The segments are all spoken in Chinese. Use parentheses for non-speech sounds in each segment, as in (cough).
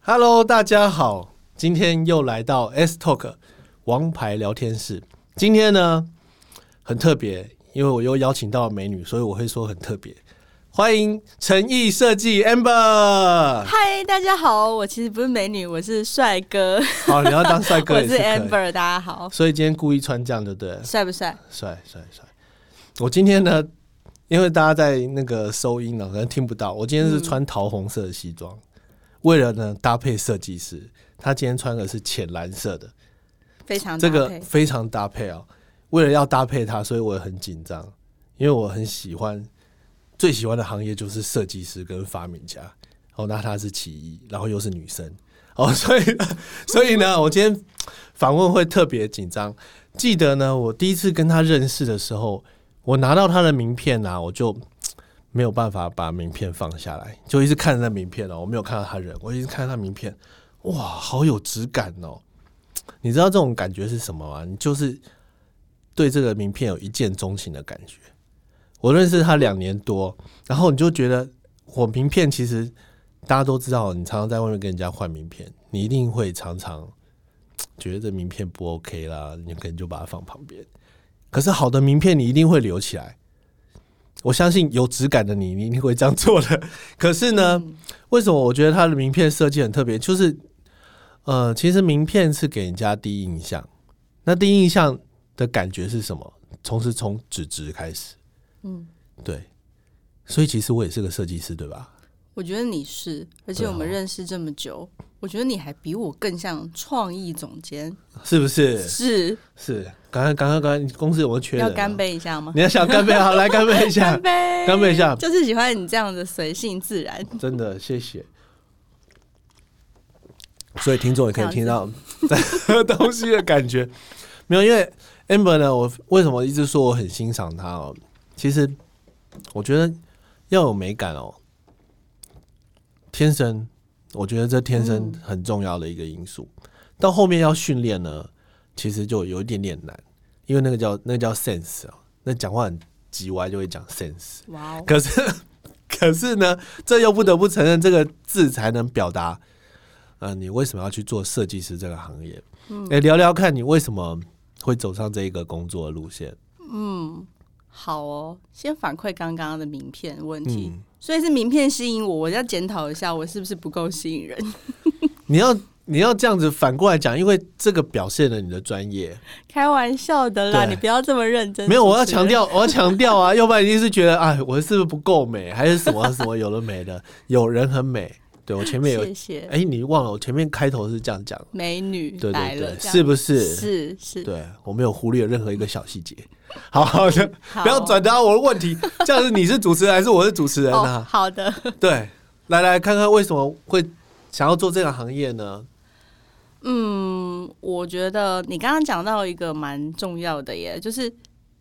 Hello，大家好，今天又来到 S Talk 王牌聊天室。今天呢很特别，因为我又邀请到美女，所以我会说很特别。欢迎诚意设计 (laughs) Amber。嗨，大家好，我其实不是美女，我是帅哥，好，你要当帅哥 (laughs) 我也是是可以 Amber，大家好，所以今天故意穿这样，对不对？帅不帅？帅帅帅！我今天呢，因为大家在那个收音啊呢，可能听不到，我今天是穿桃红色的西装，为了呢搭配设计师，他今天穿的是浅蓝色的，非常这搭个配非常搭配哦。为了要搭配它，所以我很紧张，因为我很喜欢，最喜欢的行业就是设计师跟发明家。哦，那她是其一，然后又是女生，哦， (laughs) 所以所以 (laughs) 呢，我今天访问会特别紧张。记得呢，我第一次跟她认识的时候，我拿到她的名片啊，我就没有办法把名片放下来，就一直看着那名片哦，我没有看到她人，我一直看到她名片，哇，好有质感哦。你知道这种感觉是什么吗？你就是对这个名片有一见钟情的感觉。我认识他两年多，然后你就觉得我名片其实大家都知道，你常常在外面跟人家换名片，你一定会常常觉得这名片不 OK 啦，你可能就把它放旁边。可是好的名片你一定会留起来，我相信有质感的你，你一定会这样做的。可是呢，为什么我觉得他的名片设计很特别？就是呃，其实名片是给人家第一印象，那第一印象的感觉是什么？从是从纸质开始，嗯，对。所以其实我也是个设计师，对吧？我觉得你是，而且对啊我们认识这么久，我觉得你还比我更像创意总监，是不是？是是。刚刚刚刚刚刚公司有没有缺人、啊要干！杯一下吗？你要想干杯，好，来干杯一下 (laughs) 干，杯，干杯一下，就是喜欢你这样的随性自然，真的谢谢。所以听众也可以听到喝 (laughs) 东西的感觉，没有？因为 Amber 呢，我为什么一直说我很欣赏她哦？其实我觉得要有美感哦，天生，我觉得这天生很重要的一个因素。到后面要训练呢，其实就有一点点难，因为那个叫那个叫 sense 哦，那讲话很急歪就会讲 sense。哇哦，可是， (laughs) 可是呢，这又不得不承认，这个字才能表达，呃，你为什么要去做设计师这个行业？嗯，哎，聊聊看你为什么会走上这一个工作的路线？好哦，先反馈刚刚的名片问题。嗯所以是名片吸引我，我要检讨一下，我是不是不够吸引人？你要你要这样子反过来讲，因为这个表现了你的专业。开玩笑的啦，对你不要这么认真。没有，我要嗯主持人强调，我要强调 (laughs) 啊，要不然一定是觉得，哎，我是不是不够美，还是什么什么有的没的？有人很美，对我前面有，谢谢哎，你忘了我前面开头是这样讲，美女对来对了对，，这样是不是？是是，对我没有忽略任何一个小细节。 (laughs) 好好的，好不要转达我的问题。这样子你是主持人还是我是主持人哦，啊？好的，对，来来看看为什么会想要做这个行业呢？嗯，我觉得你刚刚讲到一个蛮重要的耶，就是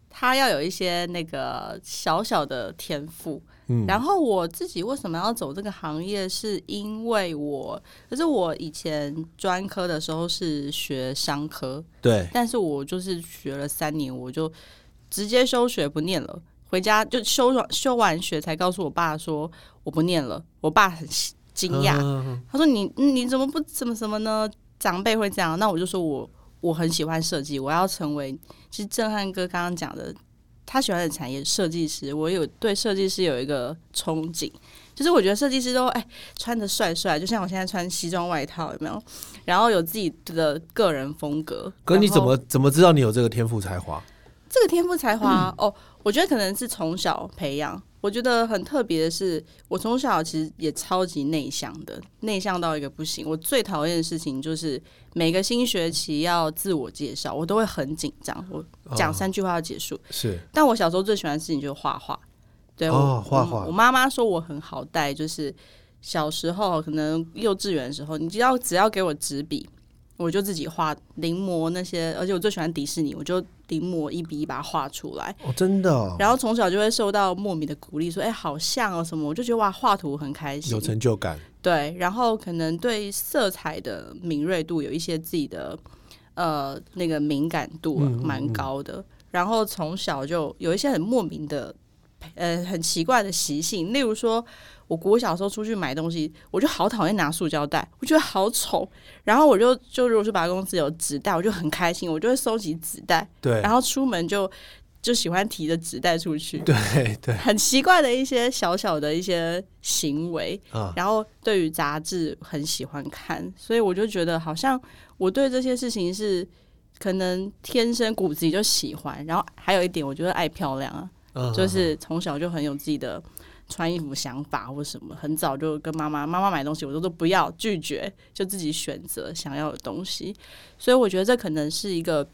他要有一些那个小小的天赋。嗯然后我自己为什么要走这个行业，是因为我，可是我以前专科的时候是学商科，对，但是我就是学了三年，我就直接休学不念了，回家就休完休完学才告诉我爸说我不念了，我爸很惊讶，嗯他说你嗯你怎么不怎么什么呢？长辈会这样，那我就说我我很喜欢设计，我要成为。其实震撼哥刚刚讲的，他喜欢的产业设计师，我有对设计师有一个憧憬，就是我觉得设计师都哎穿的帅帅，就像我现在穿西装外套有没有？然后有自己的个人风格。可你然怎后么怎么知道你有这个天赋才华？这个天赋才华、哦，我觉得可能是从小培养。我觉得很特别的是，我从小其实也超级内向的，内向到一个不行。我最讨厌的事情就是每个新学期要自我介绍，我都会很紧张，我讲三句话要结束。是但我小时候最喜欢的事情就是画画，对，我嗯哦画画我我妈妈说我很好带，就是小时候可能幼稚园的时候，你只要只要给我纸笔，我就自己画临摹那些，而且我最喜欢迪士尼，我就临摹一笔一把它画出来。哦，真的哦然后从小就会受到莫名的鼓励，说：“哎、好像哦什么。”我就觉得哇，画图很开心有。成就感。对，然后可能对色彩的敏锐度有一些自己的呃那个敏感度啊嗯嗯蛮高的。然后从小就有一些很莫名的呃很奇怪的习性，例如说，我国小时候出去买东西，我就好讨厌拿塑胶袋，我觉得好丑。然后我就就如果说百货公司有纸袋，我就很开心，我就会收集纸袋，对然后出门就就喜欢提着纸袋出去，对对很奇怪的一些小小的一些行为。啊，然后对于杂志很喜欢看，所以我就觉得好像我对这些事情是可能天生骨子里就喜欢。然后还有一点，我觉得爱漂亮啊，嗯就是从小就很有自己的穿衣服想法或什么，很早就跟妈妈妈妈买东西，我都说不要拒绝，就自己选择想要的东西。所以我觉得这可能是一个，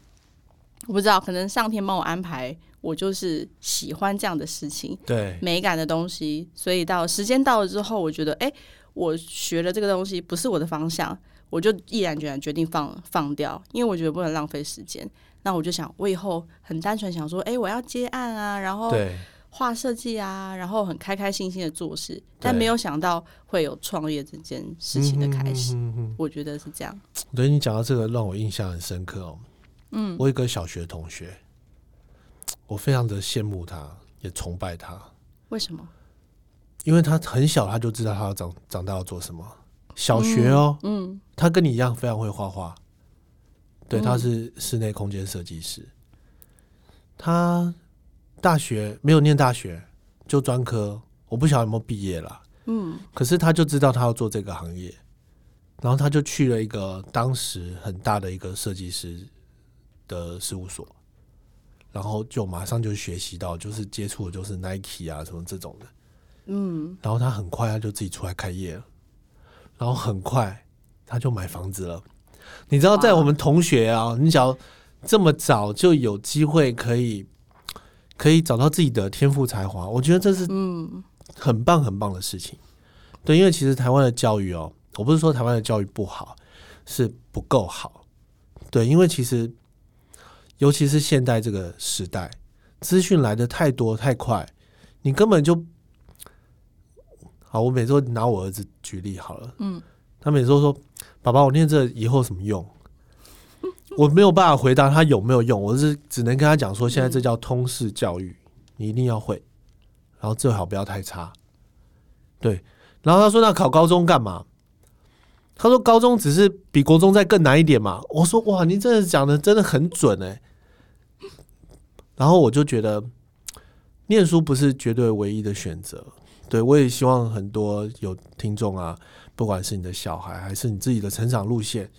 我不知道，可能上天帮我安排，我就是喜欢这样的事情。对美感的东西，所以到时间到了之后，我觉得，哎、我学了这个东西不是我的方向，我就毅然决然决定放放掉，因为我觉得不能浪费时间。那我就想，我以后很单纯想说，哎、我要接案啊，然后对画设计啊，然后很开开心心的做事，但没有想到会有创业这件事情的开始。嗯嗯嗯嗯嗯我觉得是这样，我觉得你讲到这个让我印象很深刻哦。嗯，我有一个小学同学，我非常的羡慕他，也崇拜他，为什么？因为他很小他就知道他要长长大要做什么。小学哦，嗯，他跟你一样非常会画画，对，他是室内空间设计师。他大学没有念大学，就专科，我不晓得有没有毕业啦。嗯，可是他就知道他要做这个行业，然后他就去了一个当时很大的一个设计师的事务所，然后就马上就学习到，就是接触的就是 Nike 啊什么这种的。嗯，然后他很快他就自己出来开业了，然后很快他就买房子了。你知道，在我们同学啊，你只要这么早就有机会可以可以找到自己的天赋才华，我觉得这是嗯，很棒很棒的事情。对，因为其实台湾的教育哦，我不是说台湾的教育不好，是不够好。对，因为其实尤其是现代这个时代，资讯来的太多太快，你根本就……好，我每周拿我儿子举例好了，嗯，他每周说：“爸爸，我念这以后有什么用？”我没有办法回答他有没有用，我是只能跟他讲说，现在这叫通识教育，你一定要会。然后最好不要太差。对，然后他说那考高中干嘛？他说高中只是比国中再更难一点嘛。我说哇，你真的讲的真的很准哎、然后我就觉得，念书不是绝对唯一的选择。对我也希望很多有听众啊，不管是你的小孩还是你自己的成长路线，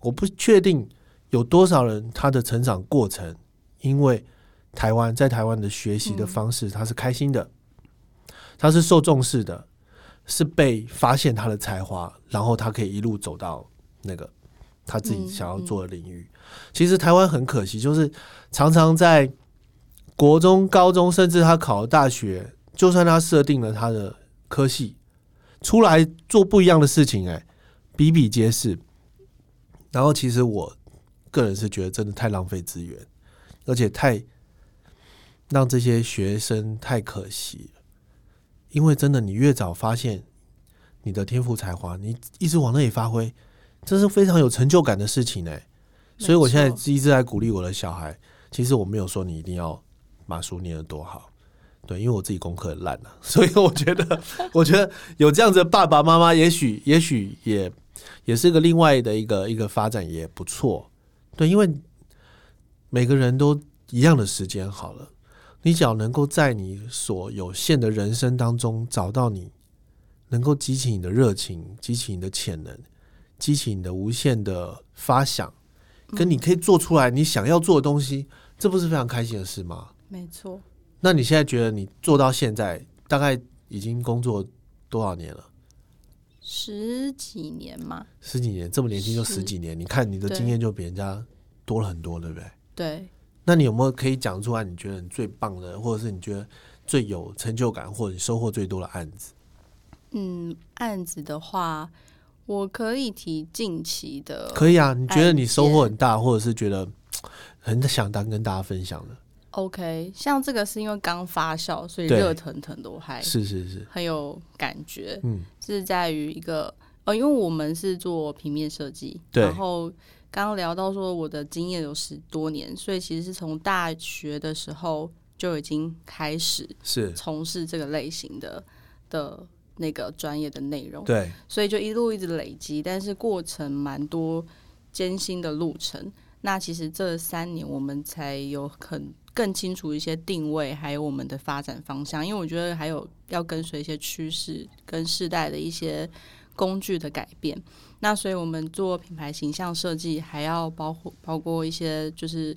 我不确定有多少人他的成长过程，因为台湾在台湾的学习的方式，他是开心的，他是受重视的，是被发现他的才华，然后他可以一路走到那个他自己嗯想要嗯做的领域。其实台湾很可惜，就是常常在国中、高中，甚至他考了大学，就算他设定了他的科系，出来做不一样的事情、哎，比比皆是。然后，其实我个人是觉得真的太浪费资源，而且太让这些学生太可惜了。因为真的，你越早发现你的天赋才华，你一直往那里发挥，这是非常有成就感的事情哎、所以我现在没错一直在鼓励我的小孩，其实我没有说你一定要把书念得多好，对，因为我自己功课很烂啊，所以我觉得，我觉得有这样子的爸爸妈妈，也许也许也也是个另外的一个一个发展也不错，对，因为每个人都一样的时间好了，你只要能够在你所有限的人生当中找到你能够激起你的热情，激起你的潜能，激起你的无限的发想，跟你可以做出来你想要做的东西，这不是非常开心的事吗？没错，那你现在觉得你做到现在，大概已经工作多少年了？十几年嘛，十几年，这么年轻就十是几年，你看你的对经验就比人家多了很多，对不对？对，那你有没有可以讲出来？你觉得你最棒的，或者是你觉得最有成就感，或者你收获最多的案子？嗯，案子的话，我可以提近期的，可以啊，你觉得呃案你收获件很大，或者是觉得很想当跟大家分享的？ OK，像这个是因为刚发酵，所以对热腾腾的，我还是是是，很有感觉。嗯，是在于一个呃，因为我们是做平面设计，对然后刚刚聊到说我的经验有十多年，所以其实是从大学的时候就已经开始是从事这个类型的的那个专业的内容，对，所以就一路一直累积，但是过程蛮多艰辛的路程。那其实这三年我们才有很更清楚一些定位，还有我们的发展方向。因为我觉得还有要跟随一些趋势跟世代的一些工具的改变。那所以我们做品牌形象设计，还要包括包括一些就是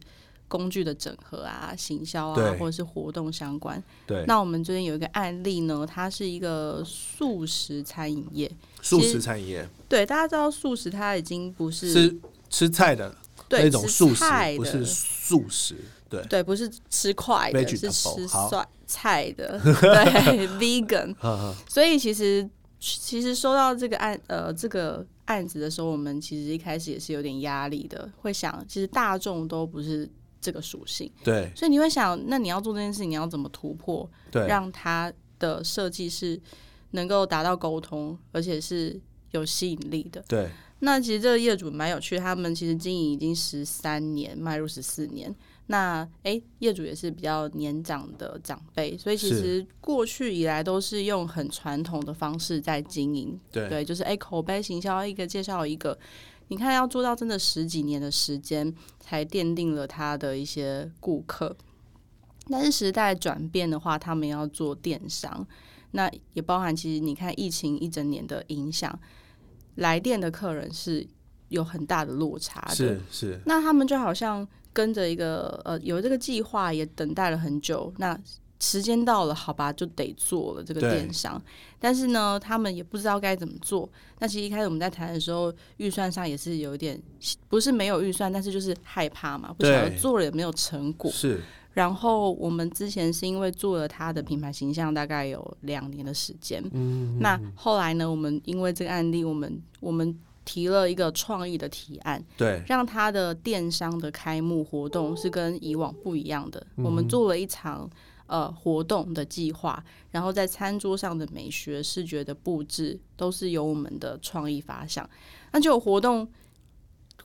工具的整合啊、行销啊对，或者是活动相关。对，那我们最近有一个案例呢，它是一个素食餐饮业。素其实食产业对，大家知道素食它已经不是吃吃菜的对那种吃素食菜，不的是素食，对，对，不是吃块的，是 Vegetable，吃好蒜菜 (laughs) 的，对，vegan。哈哈，所以其实其实收到这个案呃这个案子的时候，我们其实一开始也是有点压力的，会想其实大众都不是这个属性，对所以你会想，那你要做这件事情，你要怎么突破？对，让它的设计是能够达到沟通，而且是有吸引力的。对那其实这个业主蛮有趣，他们其实经营已经十三年，迈入十四年。那诶，业主也是比较年长的长辈，所以其是实过去以来都是用很传统的方式在经营，对对，就是诶，口碑行销一个介绍一个。你看，要做到真的十几年的时间，才奠定了他的一些顾客。但是时代转变的话，他们要做电商，那也包含其实你看疫情一整年的影响，来电的客人是有很大的落差的。是是，那他们就好像跟着一个呃有这个计划，也等待了很久，那时间到了，好吧，就得做了这个对电商。但是呢，他们也不知道该怎么做。那其实一开始我们在谈的时候，预算上也是有一点，不是没有预算，但是就是害怕嘛，不晓得对做了也没有成果。是然后我们之前是因为做了他的品牌形象，大概有两年的时间。嗯，那后来呢，我们因为这个案例，我们我们提了一个创意的提案，对让他的电商的开幕活动是跟以往不一样的。我们做了一场呃活动的计划，然后在餐桌上的美学、视觉的布置都是由我们的创意发想。那就有活动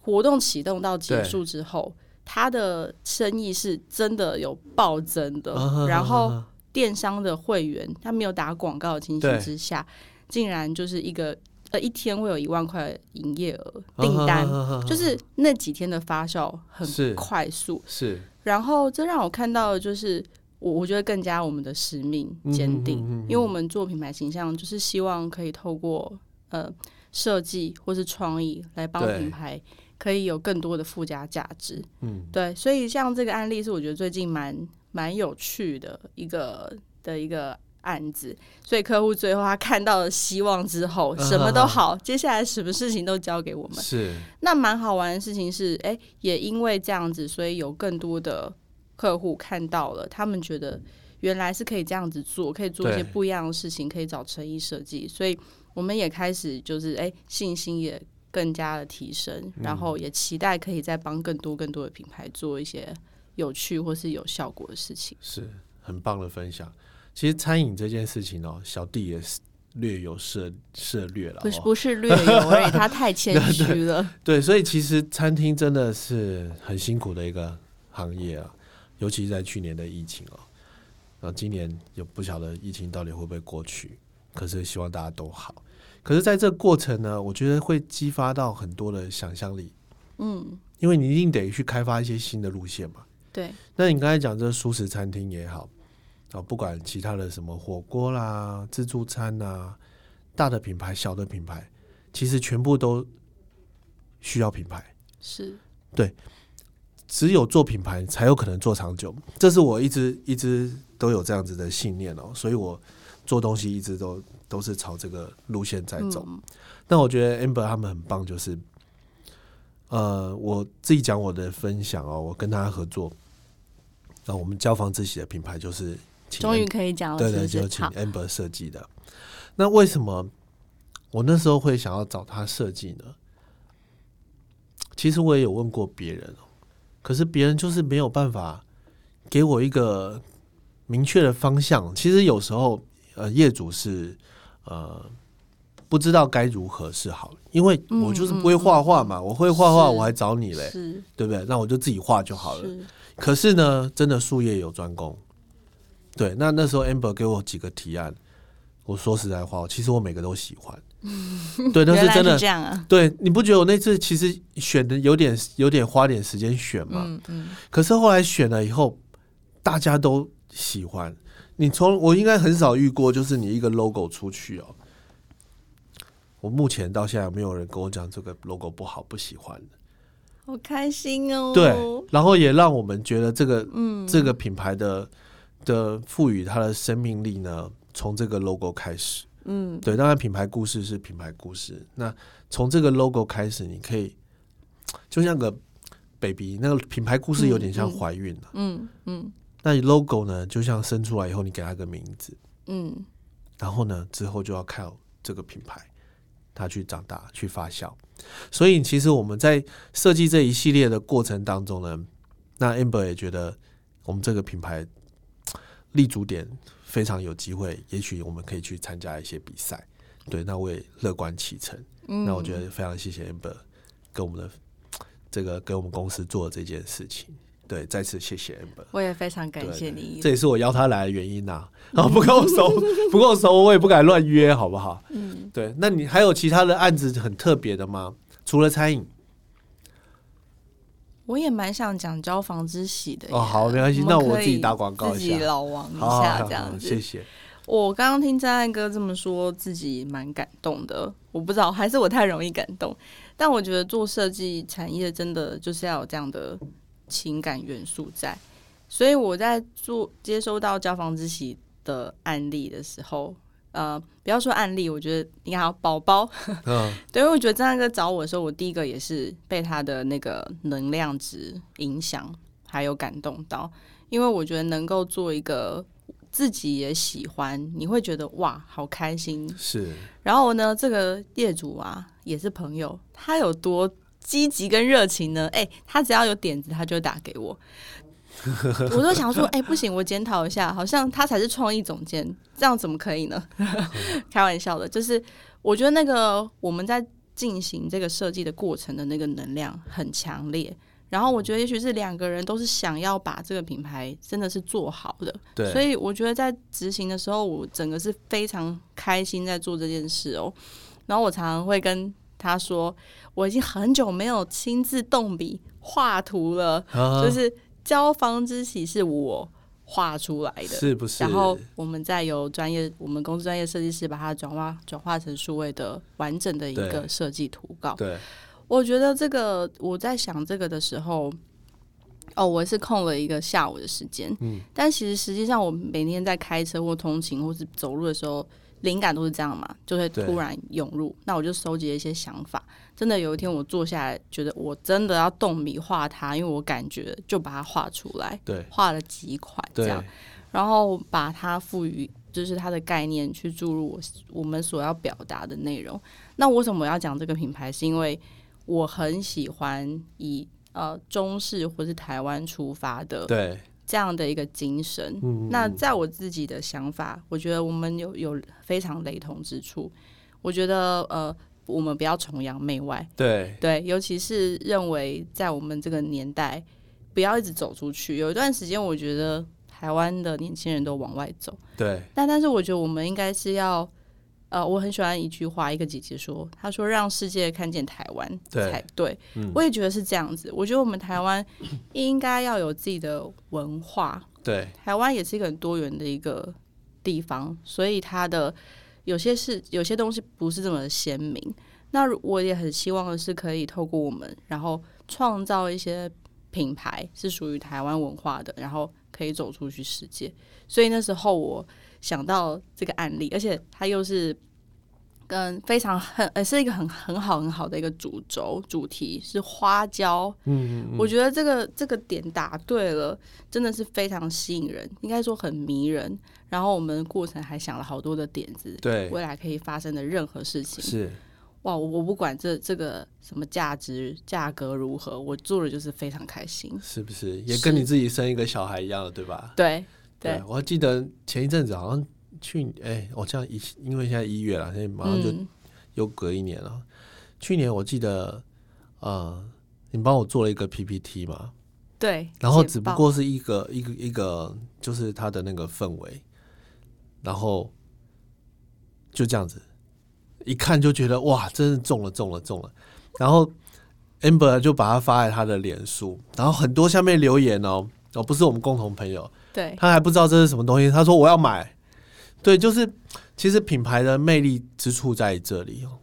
活动启动到结束之后，他的生意是真的有暴增的，然后电商的会员，他没有打广告的情形之下，竟然就是一个呃一天会有一万块营业额啊订单，就是那几天的发酵是很快速。是然后这让我看到的就是我我觉得更加我们的使命坚嗯定，因为我们做品牌形象就是希望可以透过呃设计或是创意来帮对品牌。可以有更多的附加价值，嗯，对，所以像这个案例是我觉得最近蛮蛮有趣的一个的一个案子，所以客户最后他看到了希望之后，什么都好，接下来什么事情都交给我们。是那蛮好玩的事情是，哎、也因为这样子，所以有更多的客户看到了，他们觉得原来是可以这样子做，可以做一些对不一样的事情，可以找诚意设计，所以我们也开始就是哎、信心也更加的提升，然后也期待可以再帮更多更多的品牌做一些有趣或是有效果的事情。是很棒的分享。其实餐饮这件事情哦，小弟也是略有涉涉略了、不是哦。不是略有而已，他太 (laughs) 谦虚了。对，所以其实餐厅真的是很辛苦的一个行业啊，尤其是在去年的疫情哦，然后今年也不晓得疫情到底会不会过去，可是希望大家都好。可是在这个过程呢，我觉得会激发到很多的想象力，嗯，因为你一定得去开发一些新的路线嘛。对，那你刚才讲这素食餐厅也好，啊，不管其他的什么火锅啦、自助餐啦，大的品牌、小的品牌，其实全部都需要品牌。是只有做品牌才有可能做长久，这是我一直一直都有这样子的信念哦，所以我做东西一直都都是朝这个路线在走。嗯那我觉得 Amber 他们很棒，就是呃，我自己讲我的分享哦，我跟他合作，那我们交房自喜的品牌就是请终于可以讲了，对哦是对，不就是是？请好， Amber 设计的。那为什么我那时候会想要找他设计呢？其实我也有问过别人哦，可是别人就是没有办法给我一个明确的方向。其实有时候，呃，业主是呃不知道该如何是好，因为我就是不会画画嘛，我会画画嗯是我还找你嘞，是对不对？那我就自己画就好了。是可是呢，真的术业有专攻，对，那那时候 Amber 给我几个提案，我说实在话，其实我每个都喜欢。对，那嗯原是来真的这。样啊，对，你不觉得我那次其实选的有点有点花点时间选吗？嗯嗯，可是后来选了以后，大家都喜欢。你从我应该很少遇过，就是你一个 logo 出去哦。我目前到现在没有人跟我讲这个 logo 不好，不喜欢。好开心哦，对，然后也让我们觉得这个，嗯，这个品牌的的赋予它的生命力呢，从这个 logo 开始。嗯，对，当然品牌故事是品牌故事。那从这个 logo 开始，你可以就像个 baby，那个品牌故事有点像怀孕了、嗯嗯那你 logo 呢，就像生出来以后，你给它个名字，嗯然后呢，之后就要靠这个品牌它去长大、去发酵。所以其实我们在设计这一系列的过程当中呢，那 Amber 也觉得我们这个品牌立足点非常有机会，也许我们可以去参加一些比赛。对，那我也乐观其成。嗯，那我觉得非常谢谢 Amber 跟我们的这个给我们公司做的这件事情。对，再次谢谢 Amber。我也非常感对谢对你，这也是我邀他来的原因呐、 (laughs) 啊。不够熟， (laughs) 不够熟，我也不敢乱约，好不好？嗯，对，那你还有其他的案子很特别的吗？除了餐饮我也蛮想讲交房之喜的耶。哦，好，没关系，们那我可自己以打广告自一己下，老王一好好下好这样好，子。谢谢。我刚刚听张爱哥这么说，自己蛮感动的。我不知道，还是我太容易感动。但我觉得做设计产业真的就是要有这样的情感元素在。所以我在做接收到交房之喜的案例的时候，呃，不要说案例，我觉得你看宝宝嗯， (laughs) 对，因为我觉得张大哥找我的时候，我第一个也是被他的那个能量值影响，还有感动到，因为我觉得能够做一个自己也喜欢，你会觉得哇，好开心。是然后呢，这个业主啊，也是朋友，他有多积极跟热情呢？哎、他只要有点子，他就会打给我。我都想说，哎、不行，我检讨一下，好像他才是创意总监，这样怎么可以呢？ (laughs) 开玩笑的，就是我觉得那个我们在进行这个设计的过程的那个能量很强烈，然后我觉得也许是两个人都是想要把这个品牌真的是做好的，对，所以我觉得在执行的时候，我整个是非常开心在做这件事哦。然后我常常会跟他说，我已经很久没有亲自动笔画图了，啊就是交房之喜是我画出来的。是不是？然后我们再由专业，我们公司专业设计师把它转化转化成数位的完整的一个对设计图稿。对，我觉得这个我在想这个的时候，哦，我是空了一个下午的时间，嗯，但其实实际上我每天在开车或通勤或是走路的时候，灵感都是这样嘛，就会对突然涌入。那我就收集了一些想法，真的有一天我坐下来，觉得我真的要动笔画它，因为我感觉就把它画出来，对画了几款这样对，，然后把它赋予就是它的概念去注入我我们所要表达的内容。那为什么我要讲这个品牌？是因为我很喜欢以呃中式或是台湾出发的对，这样的一个精神。嗯那在我自己的想法，我觉得我们有有非常雷同之处。我觉得呃，我们不要崇洋媚外，对，对，尤其是认为在我们这个年代，不要一直走出去。有一段时间，我觉得台湾的年轻人都往外走，对，但但是我觉得我们应该是要，呃，我很喜欢一句话，一个姐姐说，她说让世界看见台湾对才对。我也觉得是这样子。我觉得我们台湾应该要有自己的文化，对，台湾也是一个很多元的一个地方，所以它的有些是有些东西不是这么鲜明。那如我也很希望的是，可以透过我们，然后创造一些品牌是属于台湾文化的，然后可以走出去世界。所以那时候我想到这个案例，而且它又是跟非常很呃是一个很很好很好的一个主轴主题是花椒，嗯，我觉得这个这个点打对了，真的是非常吸引人，应该说很迷人。然后我们过程还想了好多的点子，对，未来可以发生的任何事情。是，哇，我我不管这这个什么价值价格如何，我做的就是非常开心。是不是？也跟你自己生一个小孩一样的，对吧？对对，，我还记得前一阵子好像去哎，我、这样一因为现在一月了，现在马上就嗯又隔一年了。去年我记得，呃，你帮我做了一个 PPT 嘛，对，然后简只不报过是一个一个一个，就是它的那个氛围，然后就这样子，一看就觉得哇，真是中了中了中了。然后 Amber 就把它发在他的脸书，然后很多下面留言哦，哦，不是我们共同朋友，对他还不知道这是什么东西，他说我要买。对，就是其实品牌的魅力之处在这里哦。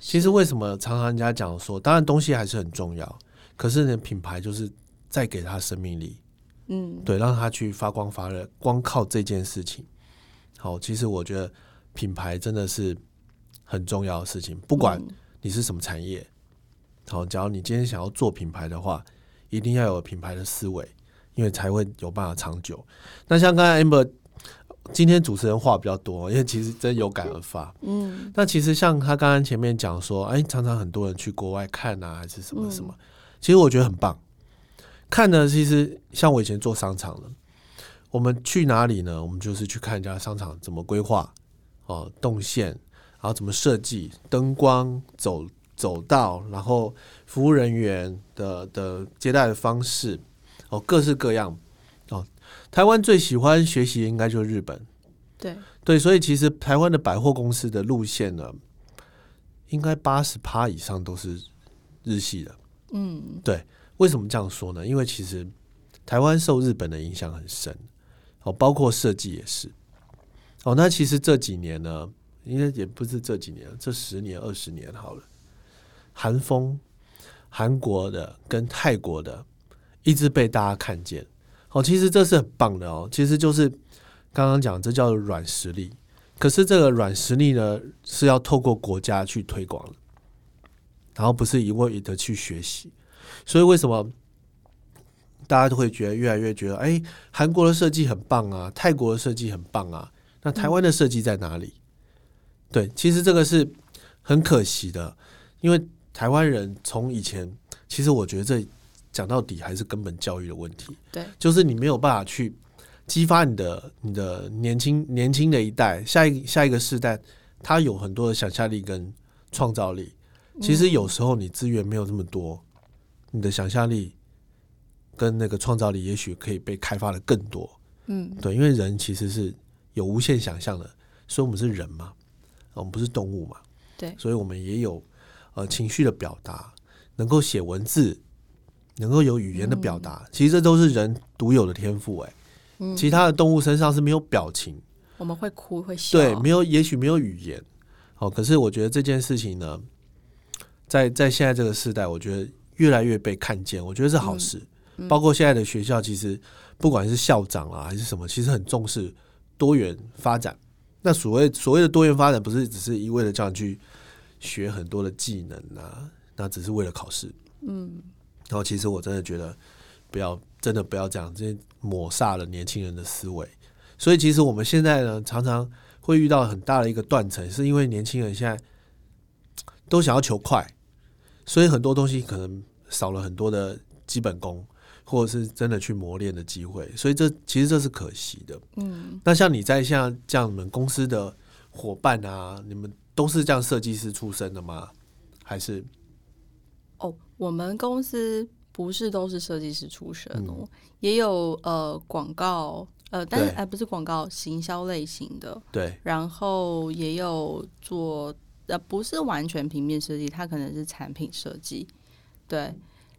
其实为什么常常人家讲说，当然东西还是很重要，可是呢，品牌就是再给他生命力，嗯对，让他去发光发热，光靠这件事情。好，其实我觉得品牌真的是很重要的事情，不管嗯你是什么产业，好，假如你今天想要做品牌的话，一定要有品牌的思维，因为才会有办法长久。那像刚才 Amber，今天主持人话比较多，因为其实真有感而发。嗯那其实像他刚刚前面讲说，哎，常常很多人去国外看啊，还是什么什么，其实我觉得很棒。看呢，其实像我以前做商场的，我们去哪里呢？我们就是去看人家商场怎么规划，哦，动线，然后怎么设计灯光、走走道，然后服务人员的的接待的方式，哦，各式各样。哦，台湾最喜欢学习的应该就是日本，对，对，所以其实台湾的百货公司的路线呢，应该八十趴以上都是日系的。嗯为什么这样说呢？因为其实台湾受日本的影响很深，哦，包括设计也是。哦，那其实这几年呢，应该也不是这几年，这十年、二十年好了，韩风、韩国的跟泰国的，一直被大家看见。哦，其实这是很棒的哦，其实就是刚刚讲，这叫做软实力。可是这个软实力呢，是要透过国家去推广的，然后不是一味的去学习。所以为什么大家都会觉得越来越觉得，哎、韩国的设计很棒啊，泰国的设计很棒啊，那台湾的设计在哪里？对，其实这个是很可惜的，因为台湾人从以前，其实我觉得这讲到底还是根本教育的问题。对，就是你没有办法去激发你的你的年轻年轻的一代，下一下一个世代，他有很多的想象力跟创造力。其实有时候你资源没有这么多，你的想象力跟那个创造力也许可以被开发的更多。嗯对，因为人其实是有无限想象的，所以我们是人嘛，我们不是动物嘛，对所以我们也有呃情绪的表达，能够写文字，能够有语言的表达，其实这都是人独有的天赋、哎、嗯，其他的动物身上是没有表情，我们会哭会笑，对，没有，也许没有语言，哦，可是我觉得这件事情呢，在在现在这个时代，我觉得越来越被看见，我觉得是好事。包括现在的学校，其实不管是校长啊还是什么，其实很重视多元发展。那所谓所谓的多元发展，不是只是一味的叫你去学很多的技能啊，那只是为了考试。嗯然后其实我真的觉得不要，真的不要这样，这抹煞了年轻人的思维。所以其实我们现在呢，常常会遇到很大的一个断层，是因为年轻人现在都想要求快，所以很多东西可能少了很多的基本功，或者是真的去磨练的机会。所以这其实这是可惜的。嗯那像你在像这样你们公司的伙伴啊，你们都是这样设计师出身的吗？还是哦，我们公司不是都是设计师出身哦，也有呃广告呃，但是嗯对哎、不是广告行销类型的，对然后也有做呃不是完全平面设计，它可能是产品设计。对，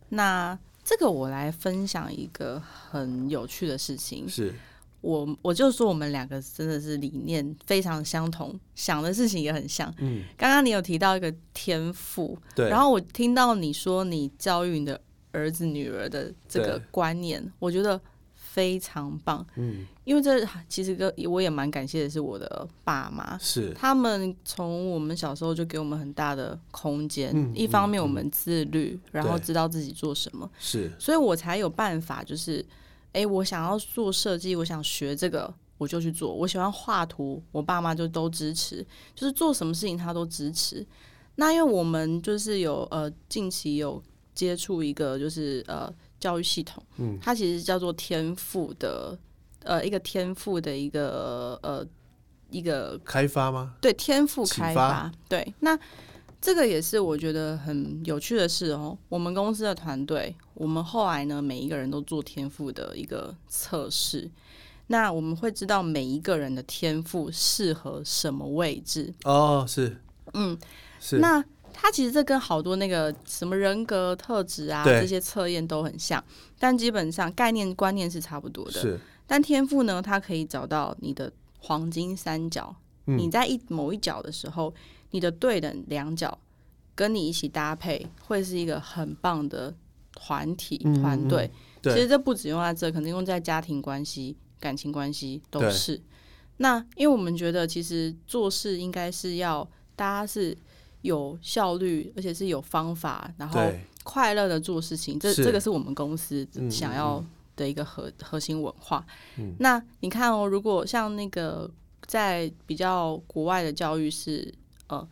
那这个我来分享一个很有趣的事情。是我我就说我们两个真的是理念非常相同，想的事情也很像。嗯，刚刚你有提到一个天赋，对，然后我听到你说你教育你的儿子女儿的这个对观念，我觉得非常棒，嗯因为这其实跟我也蛮感谢的是我的爸妈，是他们从我们小时候就给我们很大的空间，嗯一方面我们自律，然后对知道自己做什么，是所以我才有办法，就是，诶，我想要做设计，我想学这个，我就去做。我喜欢画图，我爸妈就都支持，就是做什么事情他都支持。那因为我们就是有呃，近期有接触一个就是呃教育系统，嗯，它其实叫做天赋的呃一个天赋的一个呃一个开发吗？对天赋启开发发，对那这个也是我觉得很有趣的事哦。我们公司的团队，我们后来呢，每一个人都做天赋的一个测试。那我们会知道每一个人的天赋适合什么位置。哦，是嗯，是，那它其实这跟好多那个什么人格特质啊对这些测验都很像，但基本上概念观念是差不多的。是但天赋呢，它可以找到你的黄金三角。嗯你在一某一角的时候，你的对等两角跟你一起搭配，会是一个很棒的团体嗯团队。对其实这不只用在这，可能用在家庭关系、感情关系都对是。那因为我们觉得，其实做事应该是要大家是有效率，而且是有方法，然后对，快乐的做事情，这是这个是我们公司嗯想要的一个核、核心文化。嗯那你看哦，如果像那个在比较国外的教育是，呃，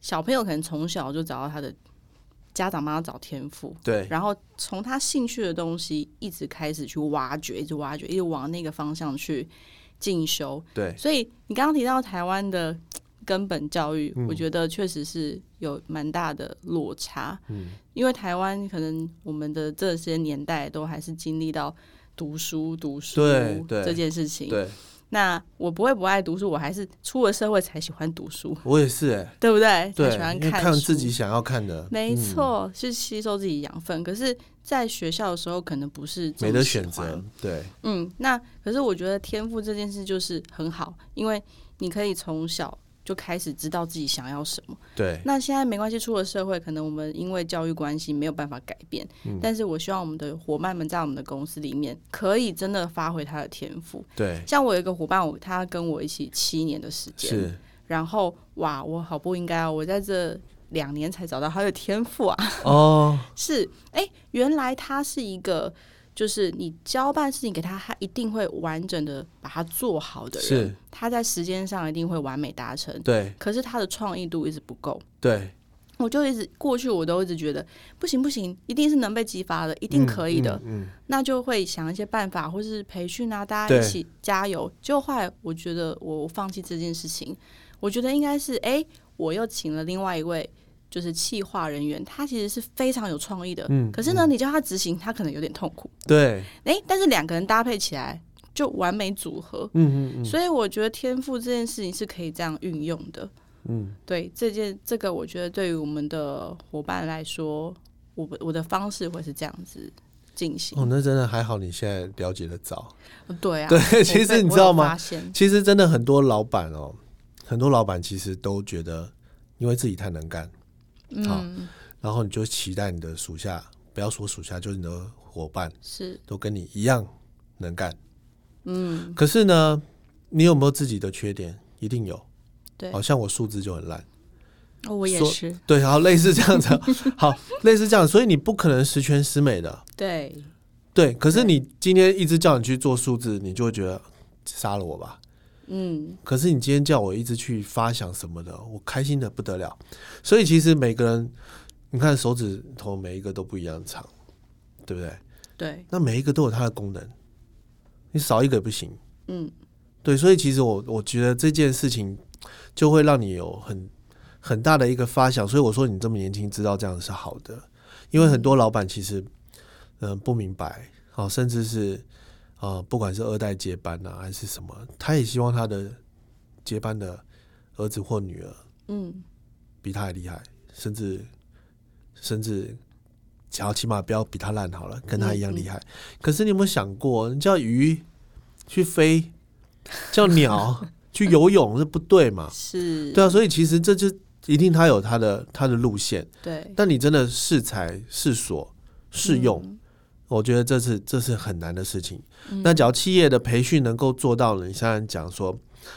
小朋友可能从小就找到他的家长帮他找天赋，对，然后从他兴趣的东西一直开始去挖掘，一直挖掘，一直往那个方向去进修。对，所以你刚刚提到台湾的根本教育，嗯我觉得确实是有蛮大的落差。嗯，因为台湾可能我们的这些年代都还是经历到读书、读书对对这件事情。对那我不会不爱读书，我还是出了社会才喜欢读书，我也是，哎，对不对？对，才喜欢因为看看书自己嗯想要看的，没错，是吸收自己养分。可是，在学校的时候，可能不是这么没得选喜欢择，对，嗯，那可是我觉得天赋这件事就是很好，因为你可以从小就开始知道自己想要什么。对，那现在没关系，出了社会，可能我们因为教育关系没有办法改变，但是我希望我们的伙伴们在我们的公司里面可以真的发挥他的天赋。对，像我有一个伙伴，我他跟我一起七年的时间，是，然后哇，我好不应该哦，我在这两年才找到他的天赋啊。哦，是，哎、原来他是一个，就是你交办事情给他，他一定会完整的把它做好的人是，他在时间上一定会完美达成。对，可是他的创意度一直不够，对，我就一直过去我都一直觉得不行不行，一定是能被激发的， (laughs) 一定可以的，嗯，那就会想一些办法或是培训啊，大家一对起加油。就后来我觉得我放弃这件事情，我觉得应该是哎、我又请了另外一位就是企划人员，他其实是非常有创意的，嗯可是呢，你叫他执行，他可能有点痛苦。对，哎、但是两个人搭配起来就完美组合，嗯嗯嗯，所以我觉得天赋这件事情是可以这样运用的。嗯，对这件这个，我觉得对于我们的伙伴来说，我我的方式会是这样子进行。哦，那真的还好，你现在了解的早。对啊，对，其我实被你知道我有吗发？现其实真的很多老板哦，很多老板其实都觉得，因为自己太能干，好嗯，然后你就期待你的属下，不要说属下，就是你的伙伴是，都跟你一样能干。嗯，可是呢，你有没有自己的缺点？一定有。对好、像我数字就很烂。哦我也说是，对，然后类似这样子， (laughs) 好，类似这样，所以你不可能十全十美的。对，对，可是对你今天一直叫你去做数字，你就会觉得杀了我吧。嗯，可是你今天叫我一直去发想什么的，我开心的不得了。所以其实每个人，你看手指头每一个都不一样长，对不对？对，那每一个都有它的功能，你少一个也不行。嗯，对，所以其实我我觉得这件事情就会让你有很很大的一个发想，所以我说你这么年轻知道这样是好的，因为很多老板其实嗯、呃不明白，好、甚至是啊、呃不管是二代接班啊还是什么，他也希望他的接班的儿子或女儿嗯，比他还厉害，甚至甚至想要起码不要比他烂好了，跟他一样厉害。可是你有没有想过，你叫鱼去飞，叫鸟 (laughs) 去游泳，这不对嘛？是，对啊，所以其实这就一定他有他的他的路线，对，但你真的适才适所适用，嗯我觉得这是这是很难的事情。那只要企业的培训能够做到了，你现在讲说，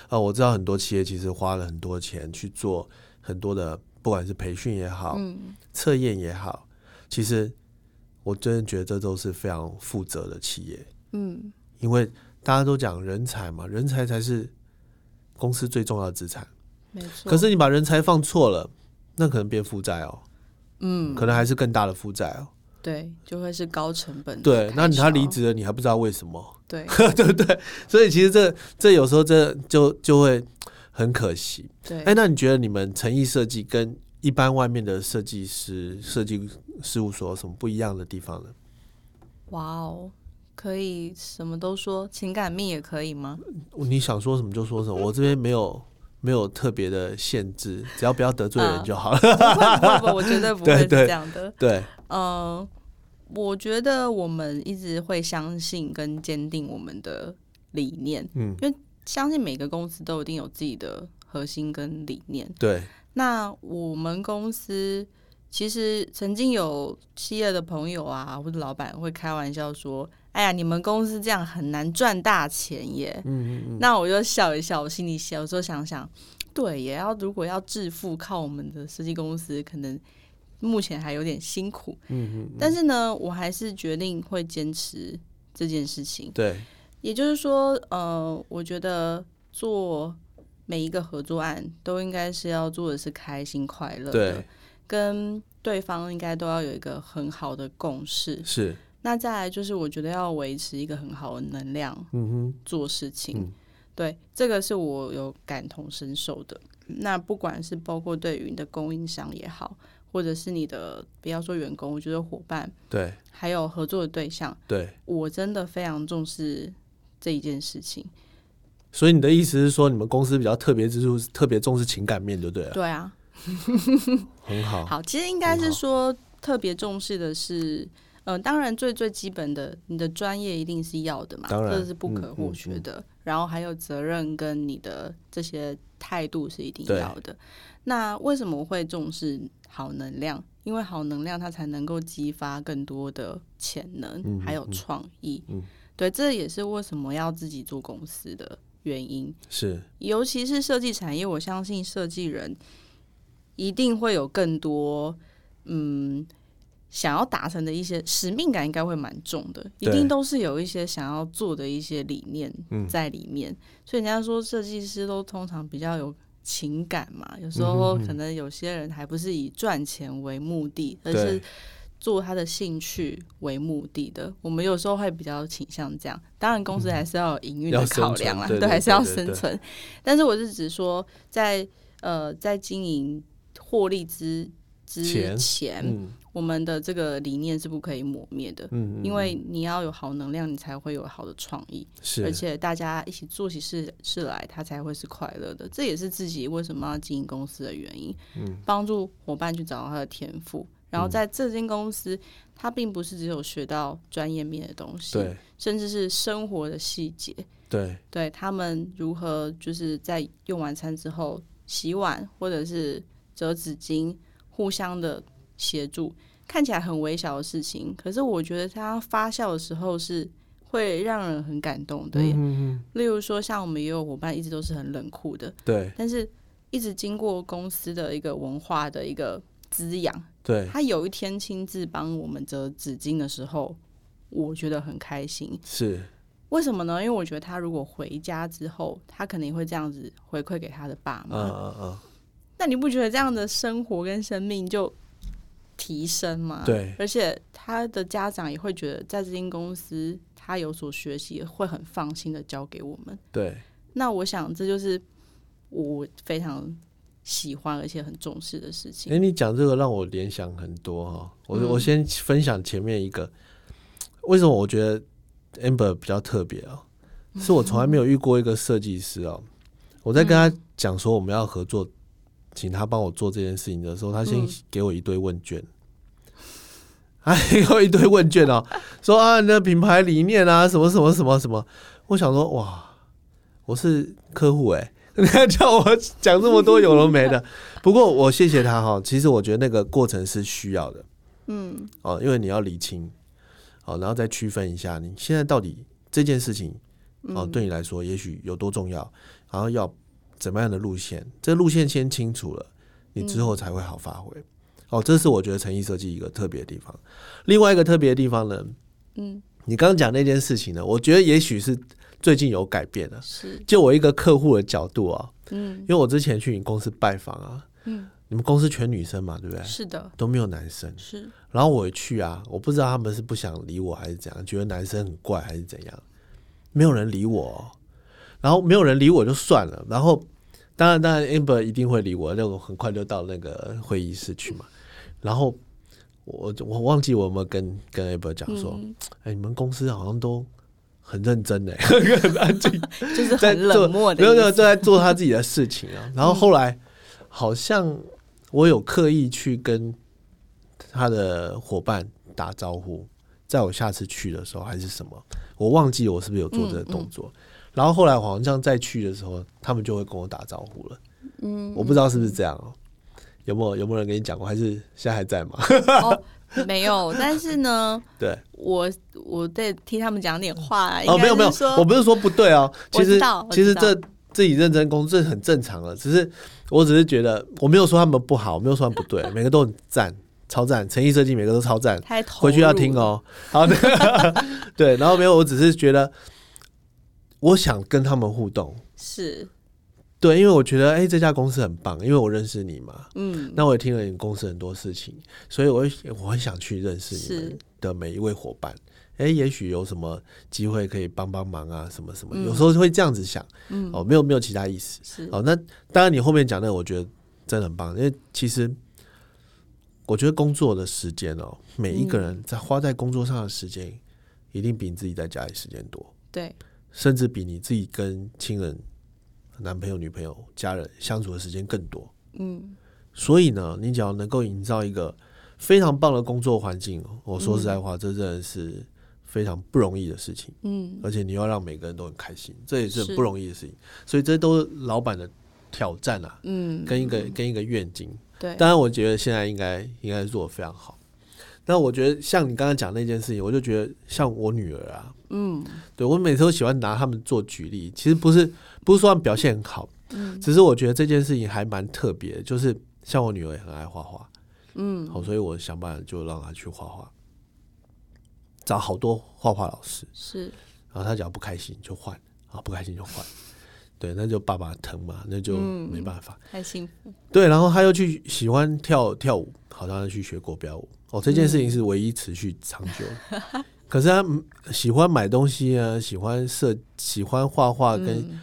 呃，我知道很多企业其实花了很多钱去做很多的，不管是培训也好，嗯，测验也好，其实我真的觉得这都是非常负责的企业，嗯，因为大家都讲人才嘛，人才才是公司最重要的资产。没错。可，是你把人才放错了，那可能变负债哦，嗯，可能还是更大的负债哦。对，就会是高成本的对，开那你他离销，职了，你还不知道为什么。对对不对？所以其实这这有时候这就就会很可惜。对， (laughs) 哎，那你觉得你们诚意设计跟一般外面的设计师、设计事务所有什么不一样的地方呢？哇哦，可以什么都说，情感命也可以 (laughs) 吗？你想说什么就说什么，我这边没有没有特别的限制，只要不要得罪人嗯就 (laughs) 好了。不会不会不会，我绝对不会对是对这样的。对，呃，我觉得我们一直会相信跟坚定我们的理念，嗯，相信每个公司都一定有自己的核心跟理念。对，那我们公司其实曾经有企业的朋友啊，或者老板会开玩笑说：“哎呀，你们公司这样很难赚大钱耶。”嗯嗯那我就笑一笑，我心里笑，我就想想，对耶，要如果要致富，靠我们的设计公司，可能目前还有点辛苦。嗯但是呢，我还是决定会坚持这件事情嗯，。对，也就是说，呃，我觉得做每一个合作案都应该是要做的是开心快乐的对，，跟对方应该都要有一个很好的共识。是，那再来就是，我觉得要维持一个很好的能量嗯哼，做事情，嗯对这个是我有感同身受的。那不管是包括对于你的供应商也好，或者是你的不要说员工，我觉得伙伴对还有合作的对象，对。我真的非常重视这一件事情。所以你的意思是说，你们公司比较特别之处，特别重视情感面，就对了，对啊，很好。好，其实应该是说特别重视的是，嗯、当然最最基本的，你的专业一定是要的嘛，当然这是不嗯可或嗯缺嗯的。然后还有责任跟你的这些态度是一定对要的。那为什么我会重视好能量？因为好能量它才能够激发更多的潜能，嗯还有嗯创意。嗯对，这也是为什么要自己做公司的原因。是，尤其是设计产业，我相信设计人一定会有更多嗯想要达成的一些使命感，应该会蛮重的，一对定都是有一些想要做的一些理念嗯在里面。所以人家说设计师都通常比较有。情感嘛，有时候嗯哼嗯可能有些人还不是以赚钱为目的，而是对，做他的兴趣为目的的，我们有时候会比较倾向这样。当然，公司还是要有营运的要生考量啦，存对对还是要对对生存。但是我是指说，在呃，在经营获利之之前前，嗯我们的这个理念是不可以磨灭的，嗯，因嗯为你要有好能量，你才会有好的创意，而是且大家一起做起事事来，它才会是快乐的。这也是自己为什么要经营公司的原因，嗯帮助伙伴去找到他的天赋。然后在这间公司，他并不是只有学到专业面的东西，对甚至是生活的细节，对对他们如何就是在用完餐之后洗碗，或者是折纸巾，互相的协助，看起来很微小的事情，可是我觉得它发酵的时候是会让人很感动的耶。嗯例如说，像我们也有伙伴一直都是很冷酷的，对但是一直经过公司的一个文化的一个滋养，对他有一天亲自帮我们折纸巾的时候，我觉得很开心。是，为什么呢？因为我觉得他如果回家之后，他肯定会这样子回馈给他的爸嗯妈。嗯嗯，那你不觉得这样的生活跟生命就提升吗？对而且他的家长也会觉得在这间公司他有所学习，会很放心的交给我们。对那我想这就是我非常喜欢而且很重视的事情。嗯哎、你讲这个让我联想很多哈、我、我先分享前面一个，为什么我觉得 Amber 比较特别哦？是我从来没有遇过一个设计师哦。我在跟嗯他讲说我们要合作，请他帮我做这件事情的时候，他先嗯给我一堆问卷， (laughs) 还给我一堆问卷哦，说啊你的品牌理念啊什么什么什么什么，我想说哇，我是客户哎、 (laughs) 你看叫我讲这么多有了没的，不过我谢谢他哈，其实我觉得那个过程是需要的，嗯，哦，因为你要理清，哦，然后再区分一下你现在到底这件事情，哦，对你来说也许有多重要，然后要怎么样的路线，这路线先清楚了，你之后才会好发挥。哦，这是我觉得诚意设计一个特别的地方。另外一个特别的地方呢，嗯，你刚刚讲那件事情呢，我觉得也许是最近有改变了。是，就我一个客户的角度啊，嗯，因为我之前去你公司拜访啊，嗯，你们公司全女生嘛，对不对？是的，都没有男生。 (laughs) 是，然后我去啊，我不知道他们是不想理我还是怎样，觉得男生很怪还是怎样，没有人理我哦、然后没有人理我就算了，然后当然，当然，amber 一定会理我，那我很快就到那个会议室去嘛。然后我我忘记我有没有跟跟 amber 讲说，嗯，哎、你们公司好像都很认真哎，很安静，就是在很做冷漠的没有没有意思。正在做他自己的事情啊。然后后来好像我有刻意去跟他的伙伴打招呼，在我下次去的时候还是什么，我忘记我是不是有做这个动作。然后后来我好像再去的时候，他们就会跟我打招呼了。嗯，我不知道是不是这样哦、有没有有没有人跟你讲过？还是现在还在吗？哦，没有，但是呢，对，我我得听他们讲点话啊。哦，应该没有没有是说，我不是说不对哦，我其知实道我其知实道这自己认真工作这很正常的，只是我只是觉得我没有说他们不好，我没有说他们不对， (laughs) 每个都很赞，超赞，诚意设计每个都超赞，太投回去要入听了。哦。好的， (laughs) 对，然后没有，我只是觉得我想跟他们互动，是，对，因为我觉得哎、这家公司很棒，因为我认识你嘛，嗯，那我也听了你们公司很多事情，所以我会我很想去认识你是们的每一位伙伴。哎、也许有什么机会可以帮帮忙啊，什么什么，嗯有时候会这样子想。嗯哦，没有没有其他意思。是，哦，那当然你后面讲的，我觉得真的很棒，因为其实我觉得工作的时间哦，每一个嗯人在花在工作上的时间，一定比你自己在家里时间多，对，甚至比你自己跟亲人、男朋友、女朋友、家人相处的时间更多。嗯，所以呢，你只要能够营造一个非常棒的工作环境，我说实在话，这真的是非常不容易的事情。嗯，而且你要让每个人都很开心，这也是是很不容易的事情。所以这都是老板的挑战啊，嗯，跟一个跟一个愿景。对，当然，我觉得现在应该应该做的非常好。那我觉得像你刚刚讲那件事情，我就觉得像我女儿啊，嗯，对我每次都喜欢拿他们做举例。其实不是不是说他们表现很好，嗯只是我觉得这件事情还蛮特别的，就是像我女儿也很爱画画，嗯，好，所以我想办法就让她去画画，找好多画画老师。是，然后他只要不开心就换，啊不开心就换，对，那就爸爸疼嘛，那就嗯没办法。太幸福，对，然后他又去喜欢跳跳舞，好像去学国标舞。哦，这件事情是唯一持续长久的。可是他嗯喜欢买东西啊，喜欢设，喜欢画画跟嗯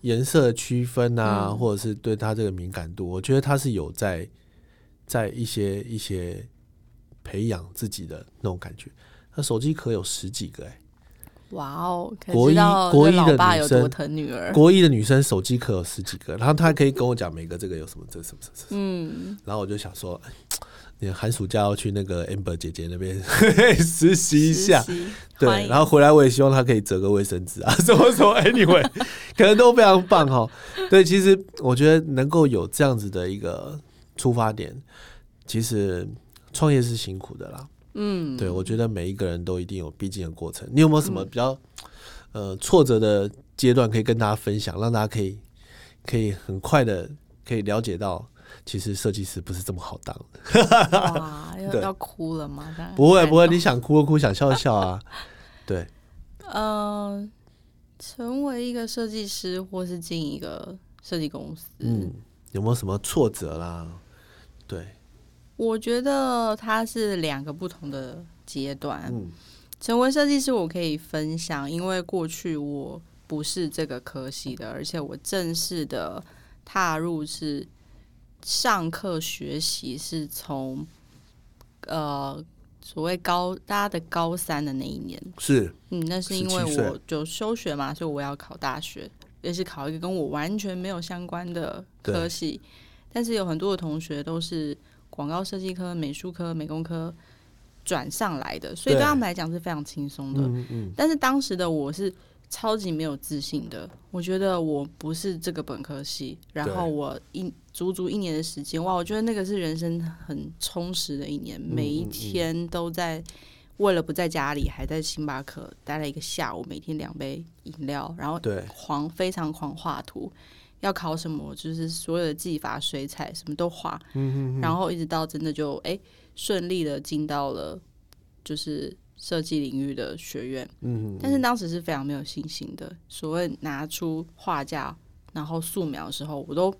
颜色的区分啊，或者是对他这个敏感度，我觉得他是有在在一些一些培养自己的那种感觉。他手机壳有十几个哎、哇哦，可国知一道国这一的老爸女有多生疼女儿，国一的女生手机壳有十几个，然后她可以跟我讲每个这个有什么，这什么什么什么。嗯，然后我就想说，哎你寒暑假要去那个 Amber 姐姐那边 (laughs) 实习一下，实习欢对，迎然后回来我也希望她可以折个卫生纸啊，什么什么，anyway，可能都非常棒哦。对，其实我觉得能够有这样子的一个出发点，其实创业是辛苦的啦。 (laughs) 嗯，对，我觉得每一个人都一定有必经的过程。你有没有什么比较、呃挫折的阶段可以跟大家分享，让大家可以可以很快的可以了解到，其实设计师不是这么好当的。哇，要对要哭了吗？当然不会不会，感动你想哭就哭，想笑就笑 (laughs) 啊。对，呃，成为一个设计师或是进一个设计公司，嗯，有没有什么挫折啦？对，我觉得它是两个不同的阶段。嗯成为设计师，我可以分享，因为过去我不是这个科系的，而且我正式的踏入是上课学习，是从呃所谓高大家的高三的那一年，是嗯，那是因为17岁我就休学嘛，所以我要考大学，也是考一个跟我完全没有相关的科对系。但是有很多的同学都是广告设计科、美术科、美工科转上来的，所以对对他们来讲是非常轻松的。嗯嗯但是当时的我是超级没有自信的，我觉得我不是这个本科系，然后对我一足足一年的时间，哇，我觉得那个是人生很充实的一年，每嗯一嗯天都在。为了不在家里，还在星巴克待了一个下午，每天两杯饮料，然后嗯对狂非常狂画图，要考什么就是所有的技法、水彩什么都画，嗯然后一直到真的就哎顺、利的进到了就是设计领域的学院，嗯但是当时是非常没有信心的。所谓拿出画架，然后素描的时候，我都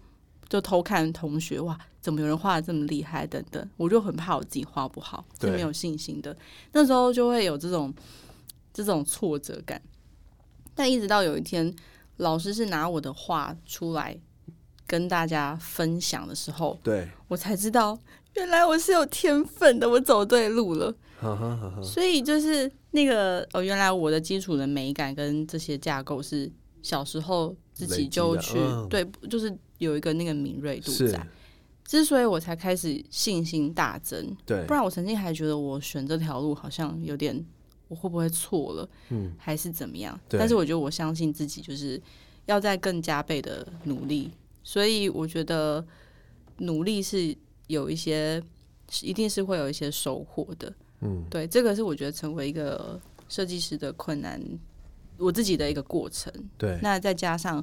就偷看同学，哇，怎么有人画的这么厉害？等等，我就很怕我自己画不好，是对没有信心的。那时候就会有这种这种挫折感。但一直到有一天，老师是拿我的画出来跟大家分享的时候，对，我才知道原来我是有天分的，我走对路了。哈哈哈哈所以就是那个哦，原来我的基础的美感跟这些架构是小时候自己就去累积的嗯对，就是有一个那个敏锐度是在，，之所以我才开始信心大增。对不，然我曾经还觉得我选这条路好像有点，我会不会错了，嗯，还是怎么样？对但是我觉得我相信自己，就是要再更加倍的努力。所以我觉得努力是有一些，一定是会有一些收获的。嗯，对，这个是我觉得成为一个设计师的困难，我自己的一个过程。对，那再加上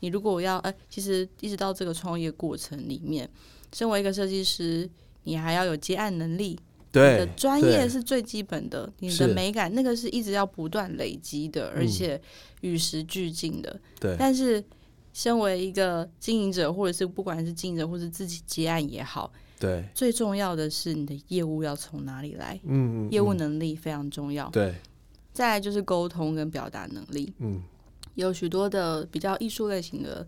你如果要，哎、其实一直到这个创业过程里面，身为一个设计师，你还要有接案能力，你的对，专对业是最基本的，你是嗯的美感那个是一直要不断累积的，而且与时俱进的。对但是，身为一个经营者，或者是不管是经营者，或是自己接案也好，对，最重要的是你的业务要从哪里来，嗯，嗯业务嗯能力非常重要。对，再来就是沟通跟表达能力。嗯，有许多的比较艺术类型的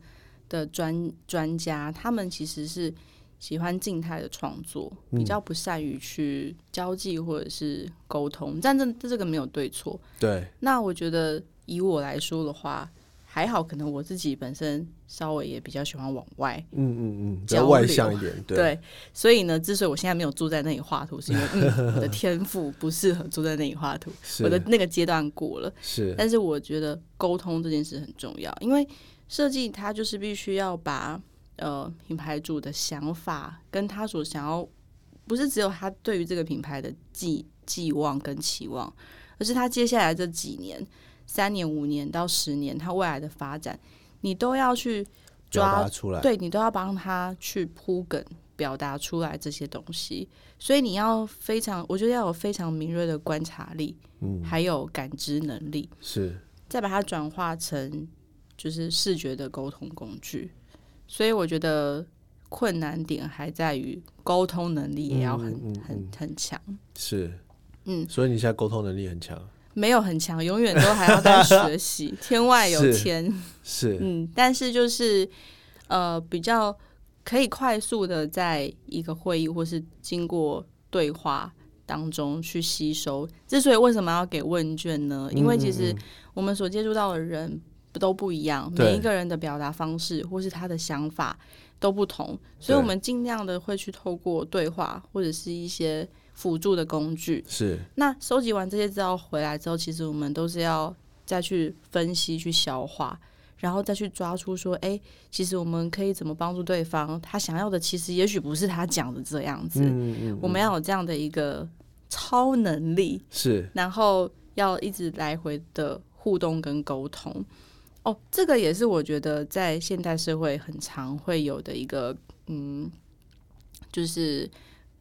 的专专家，他们其实是喜欢静态的创作，嗯比较不善于去交际或者是沟通，但这这个没有对错。对，那我觉得以我来说的话，还好，可能我自己本身稍微也比较喜欢往外，嗯嗯嗯，比交较流外向一点，对，所以呢，之所以我现在没有坐在那里画图，是因为、嗯、我的天赋不适合坐在那里画图，我的 (laughs) 是那个阶段过了。是，但是我觉得沟通这件事很重要，因为设计它就是必须要把呃品牌主的想法跟他所想要，不是只有他对于这个品牌的寄寄望跟期望，而是他接下来这几年，三年、五年到十年，他未来的发展，你都要去表抓达出来，对你都要帮他去铺梗，表达出来这些东西，所以你要非常，我觉得要有非常敏锐的观察力，嗯还有感知能力，是，再把它转化成就是视觉的沟通工具。所以我觉得困难点还在于沟通能力也要很、嗯嗯嗯很很强，是，嗯，所以你现在沟通能力很强，没有很强，永远都还要在 (laughs) 学习，天外有是天。是，嗯，但是就是呃，比较可以快速的在一个会议或是经过对话当中去吸收。之所以为什么要给问卷呢？因为其实我们所接触到的人不都不一样，嗯对每一个人的表达方式或是他的想法都不同，所以我们尽量的会去透过对话或者是一些辅助的工具，是，那收集完这些资料回来之后，其实我们都是要再去分析、去消化，然后再去抓出说，哎、其实我们可以怎么帮助对方？他想要的其实也许不是他讲的这样子。嗯嗯嗯，我们要有这样的一个超能力，是，然后要一直来回的互动跟沟通。哦，这个也是我觉得在现代社会很常会有的一个，嗯，就是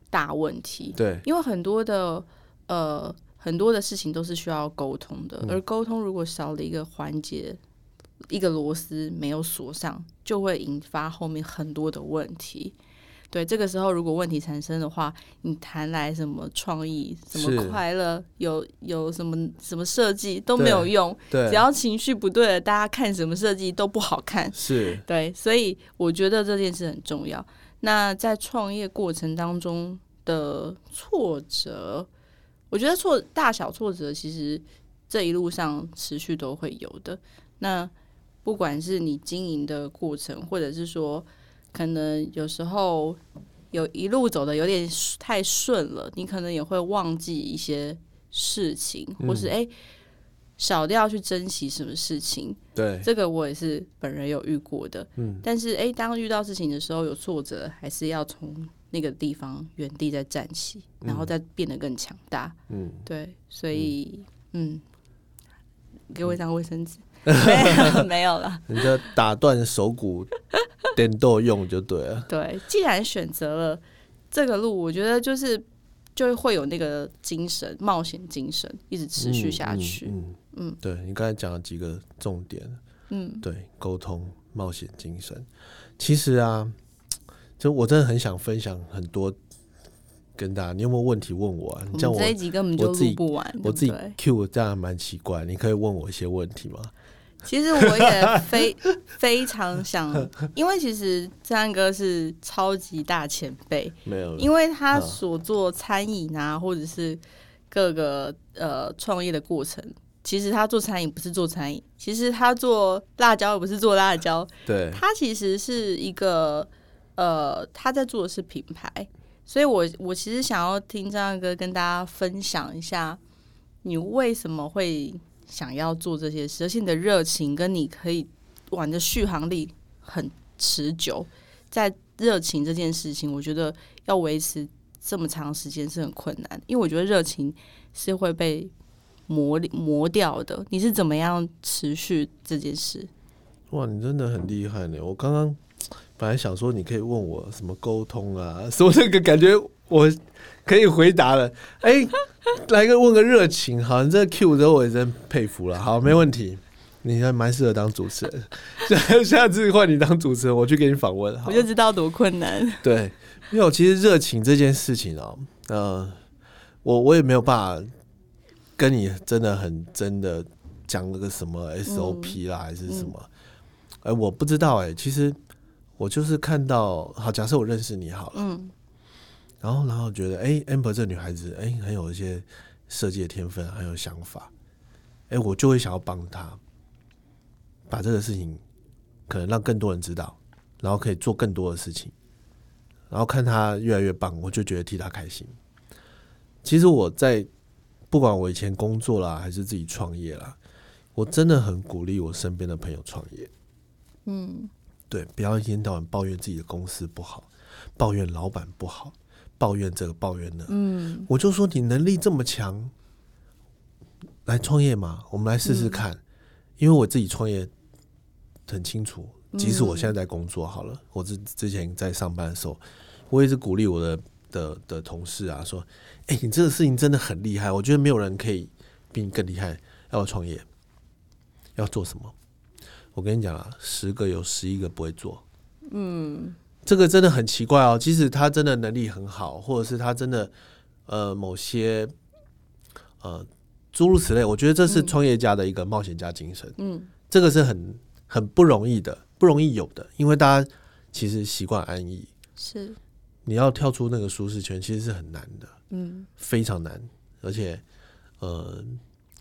大问题。对，因为很多的呃很多的事情都是需要沟通嗯的，而沟通如果少了一个环节，一个螺丝没有锁上，就会引发后面很多的问题。对，这个时候如果问题产生的话，你谈来什么创意、什是么快乐，有有什么什么设计都没有用，对只，要情绪不对了，大家看什么设计都不好看。是，对，所以我觉得这件事很重要。那在创业过程当中的挫折，我觉得挫大小挫折，其实这一路上持续都会有的。那不管是你经营的过程，或者是说，可能有时候有一路走的有点太顺了，你可能也会忘记一些事情，或是哎、诶少掉去珍惜什么事情。对，这个我也是本人有遇过的，嗯但是诶，当遇到事情的时候有挫折，还是要从那个地方原地再站起，然后再变得更强大。嗯，对，所以嗯给我一张卫 (laughs) 生纸，没有没有了。你就打断手骨点豆用就对了，对，既然选择了这个路，我觉得就是就会有那个精神、冒险精神，一直持续下去。嗯，嗯嗯对你刚才讲了几个重点，嗯对，沟通、冒险精神。其实啊，就我真的很想分享很多跟大家。你有没有问题问我啊？你这样我们我这一集根本我就自己录不完，我自己对不对 Q 这样还蛮奇怪。你可以问我一些问题吗？其实我也非非常想，因为其实正安哥是超级大前辈，没有因为他所做餐饮啊，或者是各个呃创业的过程，其实他做餐饮不是做餐饮，其实他做辣椒也不是做辣椒，对他其实是一个呃他在做的是品牌，所以我我其实想要听张大哥跟大家分享一下，你为什么会想要做这些事，而且你的热情跟你可以玩的续航力很持久，在热情这件事情，我觉得要维持这么长时间是很困难，因为我觉得热情是会被磨磨掉的。你是怎么样持续这件事？哇，你真的很厉害呢！我刚刚本来想说你可以问我什么沟通啊，什么这个感觉我可以回答了。哎、来个问个热情，好，你这个 Q 的我也真佩服了。好，没问题，你还蛮适合当主持人。 (laughs) 下下次换你当主持人，我去给你访问。好我了就知道多困难。对，因为我其实热情这件事情哦、呃，我我也没有办法跟你真的很真的讲那个什么 SOP 啦，还是什么，哎、我不知道哎、其实我就是看到，好，假设我认识你好了，嗯然后然后觉得，哎、a m b e r 这女孩子，哎、很有一些设计的天分，很有想法，哎、我就会想要帮她，把这个事情可能让更多人知道，然后可以做更多的事情，然后看她越来越棒，我就觉得替她开心。其实我在不管我以前工作啦，还是自己创业啦，我真的很鼓励我身边的朋友创业。嗯对，不要一天到晚抱怨自己的公司不好，抱怨老板不好，抱怨这个抱怨那个。嗯我就说你能力这么强，来创业嘛，我们来试试看。因为我自己创业很清楚，即使我现在在工作好了，我之之前在上班的时候，我也是鼓励我的的的同事啊，说：“哎、你这个事情真的很厉害，我觉得没有人可以比你更厉害。要不要创业？要做什么？”我跟你讲啊，十个有十一个不会做。嗯这个真的很奇怪哦。即使他真的能力很好，或者是他真的呃某些呃诸如此类，我觉得这是创业家的一个冒险家精神，嗯这个是很很不容易的，不容易有的，因为大家其实习惯安逸，是你要跳出那个舒适圈，其实是很难的，嗯非常难，而且呃，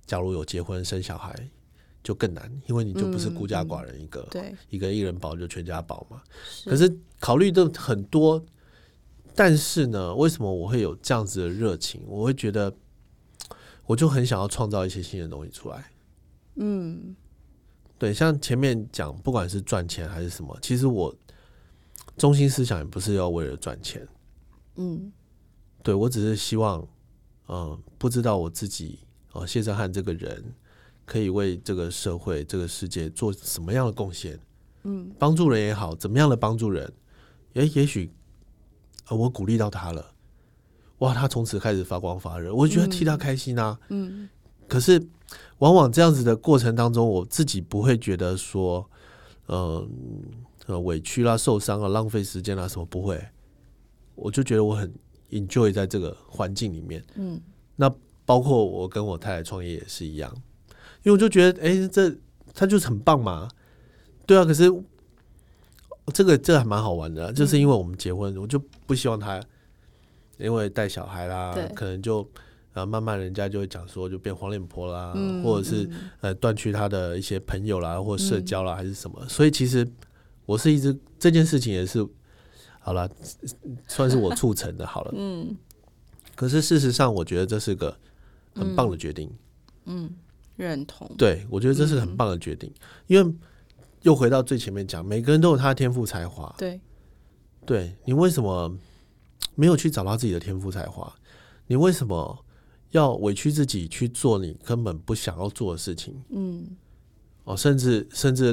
假如有结婚生小孩。就更难，因为你就不是孤家寡人一个，嗯对一个一人保就全家保嘛。是可是考虑的很多，但是呢，为什么我会有这样子的热情？我会觉得，我就很想要创造一些新的东西出来。嗯对，像前面讲，不管是赚钱还是什么，其实我中心思想也不是要为了赚钱，嗯对我只是希望，嗯、不知道我自己，呃，谢振汉这个人可以为这个社会、这个世界做什么样的贡献。嗯帮助人也好，怎么样的帮助人，也也许、呃我鼓励到他了，哇，他从此开始发光发热，我觉得替他开心啊。嗯可是往往这样子的过程当中，我自己不会觉得说，呃呃委屈啦、受伤啊、浪费时间啦什么不会，我就觉得我很 enjoy 在这个环境里面。嗯包括我跟我太太创业也是一样，因为我就觉得，哎、这他就是很棒嘛，对啊。可是这个这还蛮好玩的啊，嗯就是因为我们结婚，我就不希望他因为带小孩啦对，可能就呃慢慢人家就会讲说就变黄脸婆啦，嗯，或者是嗯呃断去他的一些朋友啦，或社交啦，还是什么。所以其实我是一直这件事情也是好了，算是我促成的，好了。嗯可是事实上，我觉得这是个很棒的决定。嗯认同对我觉得这是个很棒的决定，因为又回到最前面讲，每个人都有他的天赋才华。对对你为什么没有去找到自己的天赋才华？你为什么要委屈自己去做你根本不想要做的事情？嗯哦，甚至甚至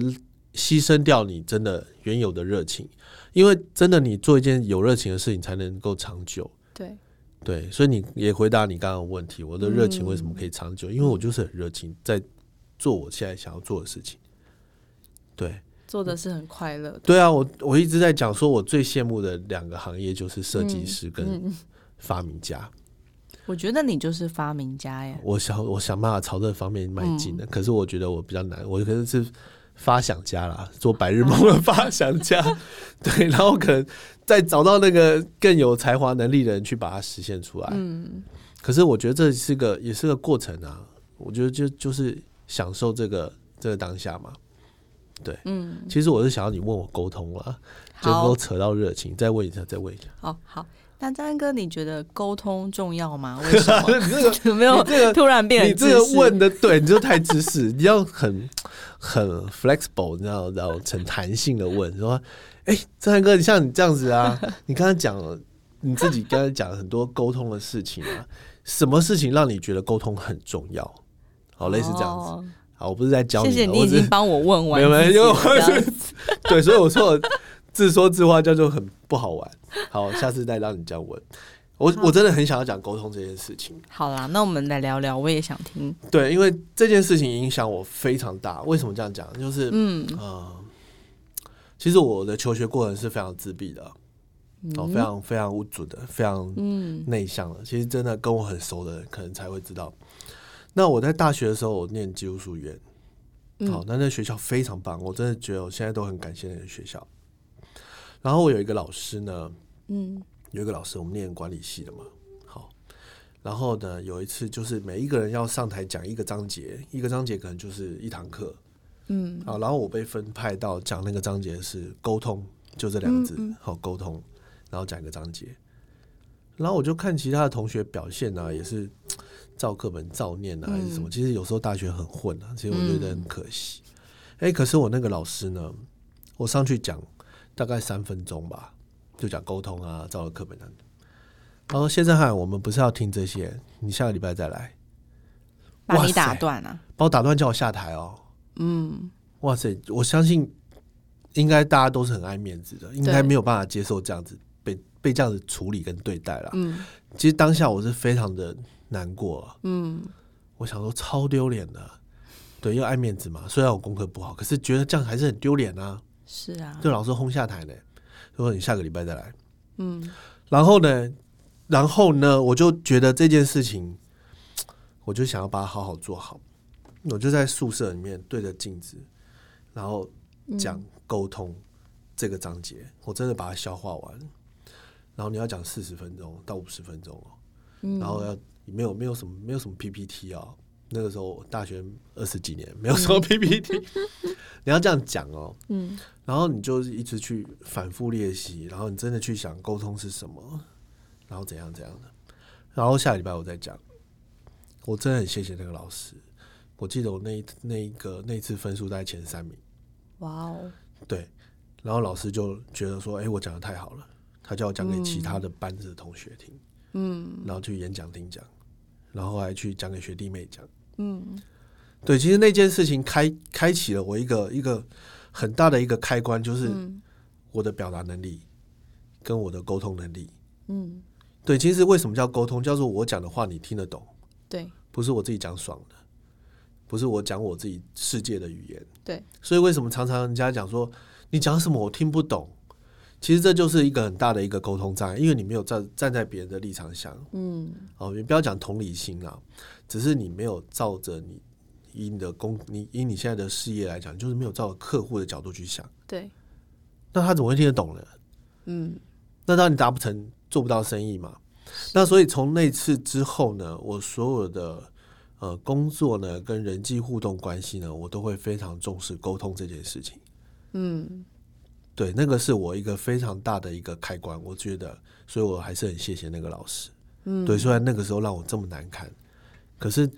牺牲掉你真的原有的热情，因为真的你做一件有热情的事情才能够长久。对对，所以你也回答你刚刚的问题，我的热情为什么可以长久？因为我就是很热情，在做我现在想要做的事情。对，做的是很快乐的对啊，我我一直在讲嗯说，我最羡慕的两个行业就是设计师跟嗯，发明家。我觉得你就是发明家耶，我想我想办法朝这方面迈进的，可是我觉得我比较难，我可能是发想家啦，做白日梦的发想 (laughs) 家，对，然后可能再找到那个更有才华能力的人去把它实现出来。嗯，可是我觉得这是个也是个过程啊，我觉得就就是享受这个这个当下嘛。对，嗯，其实我是想要你问我沟通啦，就能好够，扯到热情，再问一下，再问一下。好，好。那张哥，你觉得沟通重 (laughs) 要吗？为什么？你 (laughs) 这个有没有你这个突然变？你这个，问的对，你就太知识，你要很很 flexible，你知道，然后很弹性的问，说，哎、郑汉哥，你像你这样子 (laughs) 啊，你刚才讲了你自己刚才讲了很多沟通的事情啊，什么事情让你觉得沟通很重要？好，类似这样子。哦。好，我不是在教谢你谢啊，你我已只经是帮我问完没有没有自己因为了，我这样子 (laughs) 对，所以我说我自说自话叫做很不好玩。好，下次再让你这样问。我我真的很想要讲沟通这件事情。 (laughs) 好啦，那我们来聊聊，我也想听。对，因为这件事情影响我非常大。为什么这样讲？就是嗯、嗯，呃其实我的求学过程是非常自闭的，哦，非常非常无助的，非常嗯内向的。其实真的跟我很熟的人可能才会知道。那我在大学的时候，我念技术书院，哦嗯好、那那学校非常棒，我真的觉得我现在都很感谢那个学校。然后我有一个老师呢，嗯有一个老师，我们念管理系的嘛，好，然后呢，有一次就是每一个人要上台讲一个章节，一个章节可能就是一堂课，嗯好，然后我被分派到讲那个章节是沟通，就这两个字，好沟通，然后讲一个章节，然后我就看其他的同学表现啊，也是照课本照念啊，还是什么，其实有时候大学很混啊，其实我觉得很可惜，哎、可是我那个老师呢，我上去讲大概三分钟吧，就讲沟通啊，照着课本讲。他说：“谢振汉，我们不是要听这些，你下个礼拜再来。”把哇你塞打断啊。把我打断，叫我下台哦。嗯，哇塞，我相信应该大家都是很爱面子的，应该没有办法接受这样子被被这样子处理跟对待啦。嗯其实当下我是非常的难过、啊，嗯我想说超丢脸的。对，因为爱面子嘛，虽然我功课不好，可是觉得这样还是很丢脸啊，，是啊，对老师轰下台呢。说你下个礼拜再来，嗯然后呢，然后呢，我就觉得这件事情，我就想要把它好好做好。我就在宿舍里面对着镜子，然后讲沟通这个章节，我真的把它消化完。然后你要讲四十分钟到五十分钟哦，然后要没有没有什么没有什么 PPT 哦，那个时候我大学二十几年没有什么 PPT，、你要这样讲哦，嗯然后你就是一直去反复练习，然后你真的去想沟通是什么，然后怎样怎样的，然后下礼拜我再讲。我真的很谢谢那个老师，我记得我那一那一个那一次分数在前三名，哇哦，对，然后老师就觉得说，哎、我讲的太好了，他叫我讲给其他的班子的同学听，嗯然后去演讲厅讲，然后还去讲给学弟妹讲。嗯对，其实那件事情开开启了我一个一个很大的一个开关，就是嗯我的表达能力跟我的沟通能力。嗯，对，其实为什么叫沟通？叫做我讲的话你听得懂，对不是我自己讲爽的，不是我讲我自己世界的语言。对，所以为什么常常人家讲说你讲什么我听不懂？其实这就是一个很大的一个沟通障碍，因为你没有站站在别人的立场想嗯哦，你不要讲同理心啊，只是你没有照着你以你的工你以你现在的事业来讲，就是没有照着客户的角度去想，对，那他怎么会听得懂呢？嗯那当然达不成，做不到生意嘛。那所以从那次之后呢，我所有的呃工作呢，跟人际互动关系呢，我都会非常重视沟通这件事情。嗯对，那个是我一个非常大的一个开关，我觉得，所以我还是很谢谢那个老师。嗯，对，虽然那个时候让我这么难堪，可是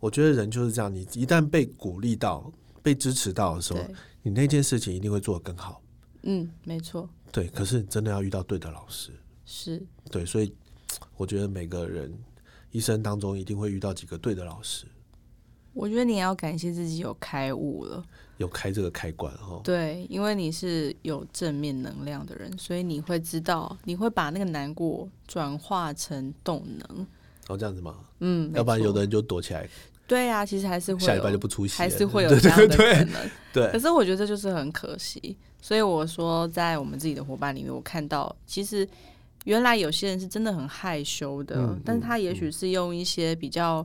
我觉得人就是这样，你一旦被鼓励到、被支持到的时候，对，你那件事情一定会做得更好。嗯，没错，对，可是你真的要遇到对的老师。是，对，所以我觉得每个人一生当中一定会遇到几个对的老师，我觉得你也要感谢自己有开悟了，有开这个开关哦。对，因为你是有正面能量的人，所以你会知道，你会把那个难过转化成动能，然哦后这样子嘛，嗯，没要不然错有的人就躲起来，对啊，其实还是会下礼有拜就不出席了，还是会有对这样对的对可能。可对是我觉得这就是很可惜，所以我说在我们自己的伙伴里面，我看到其实原来有些人是真的很害羞的，嗯但是他也许是用一些比较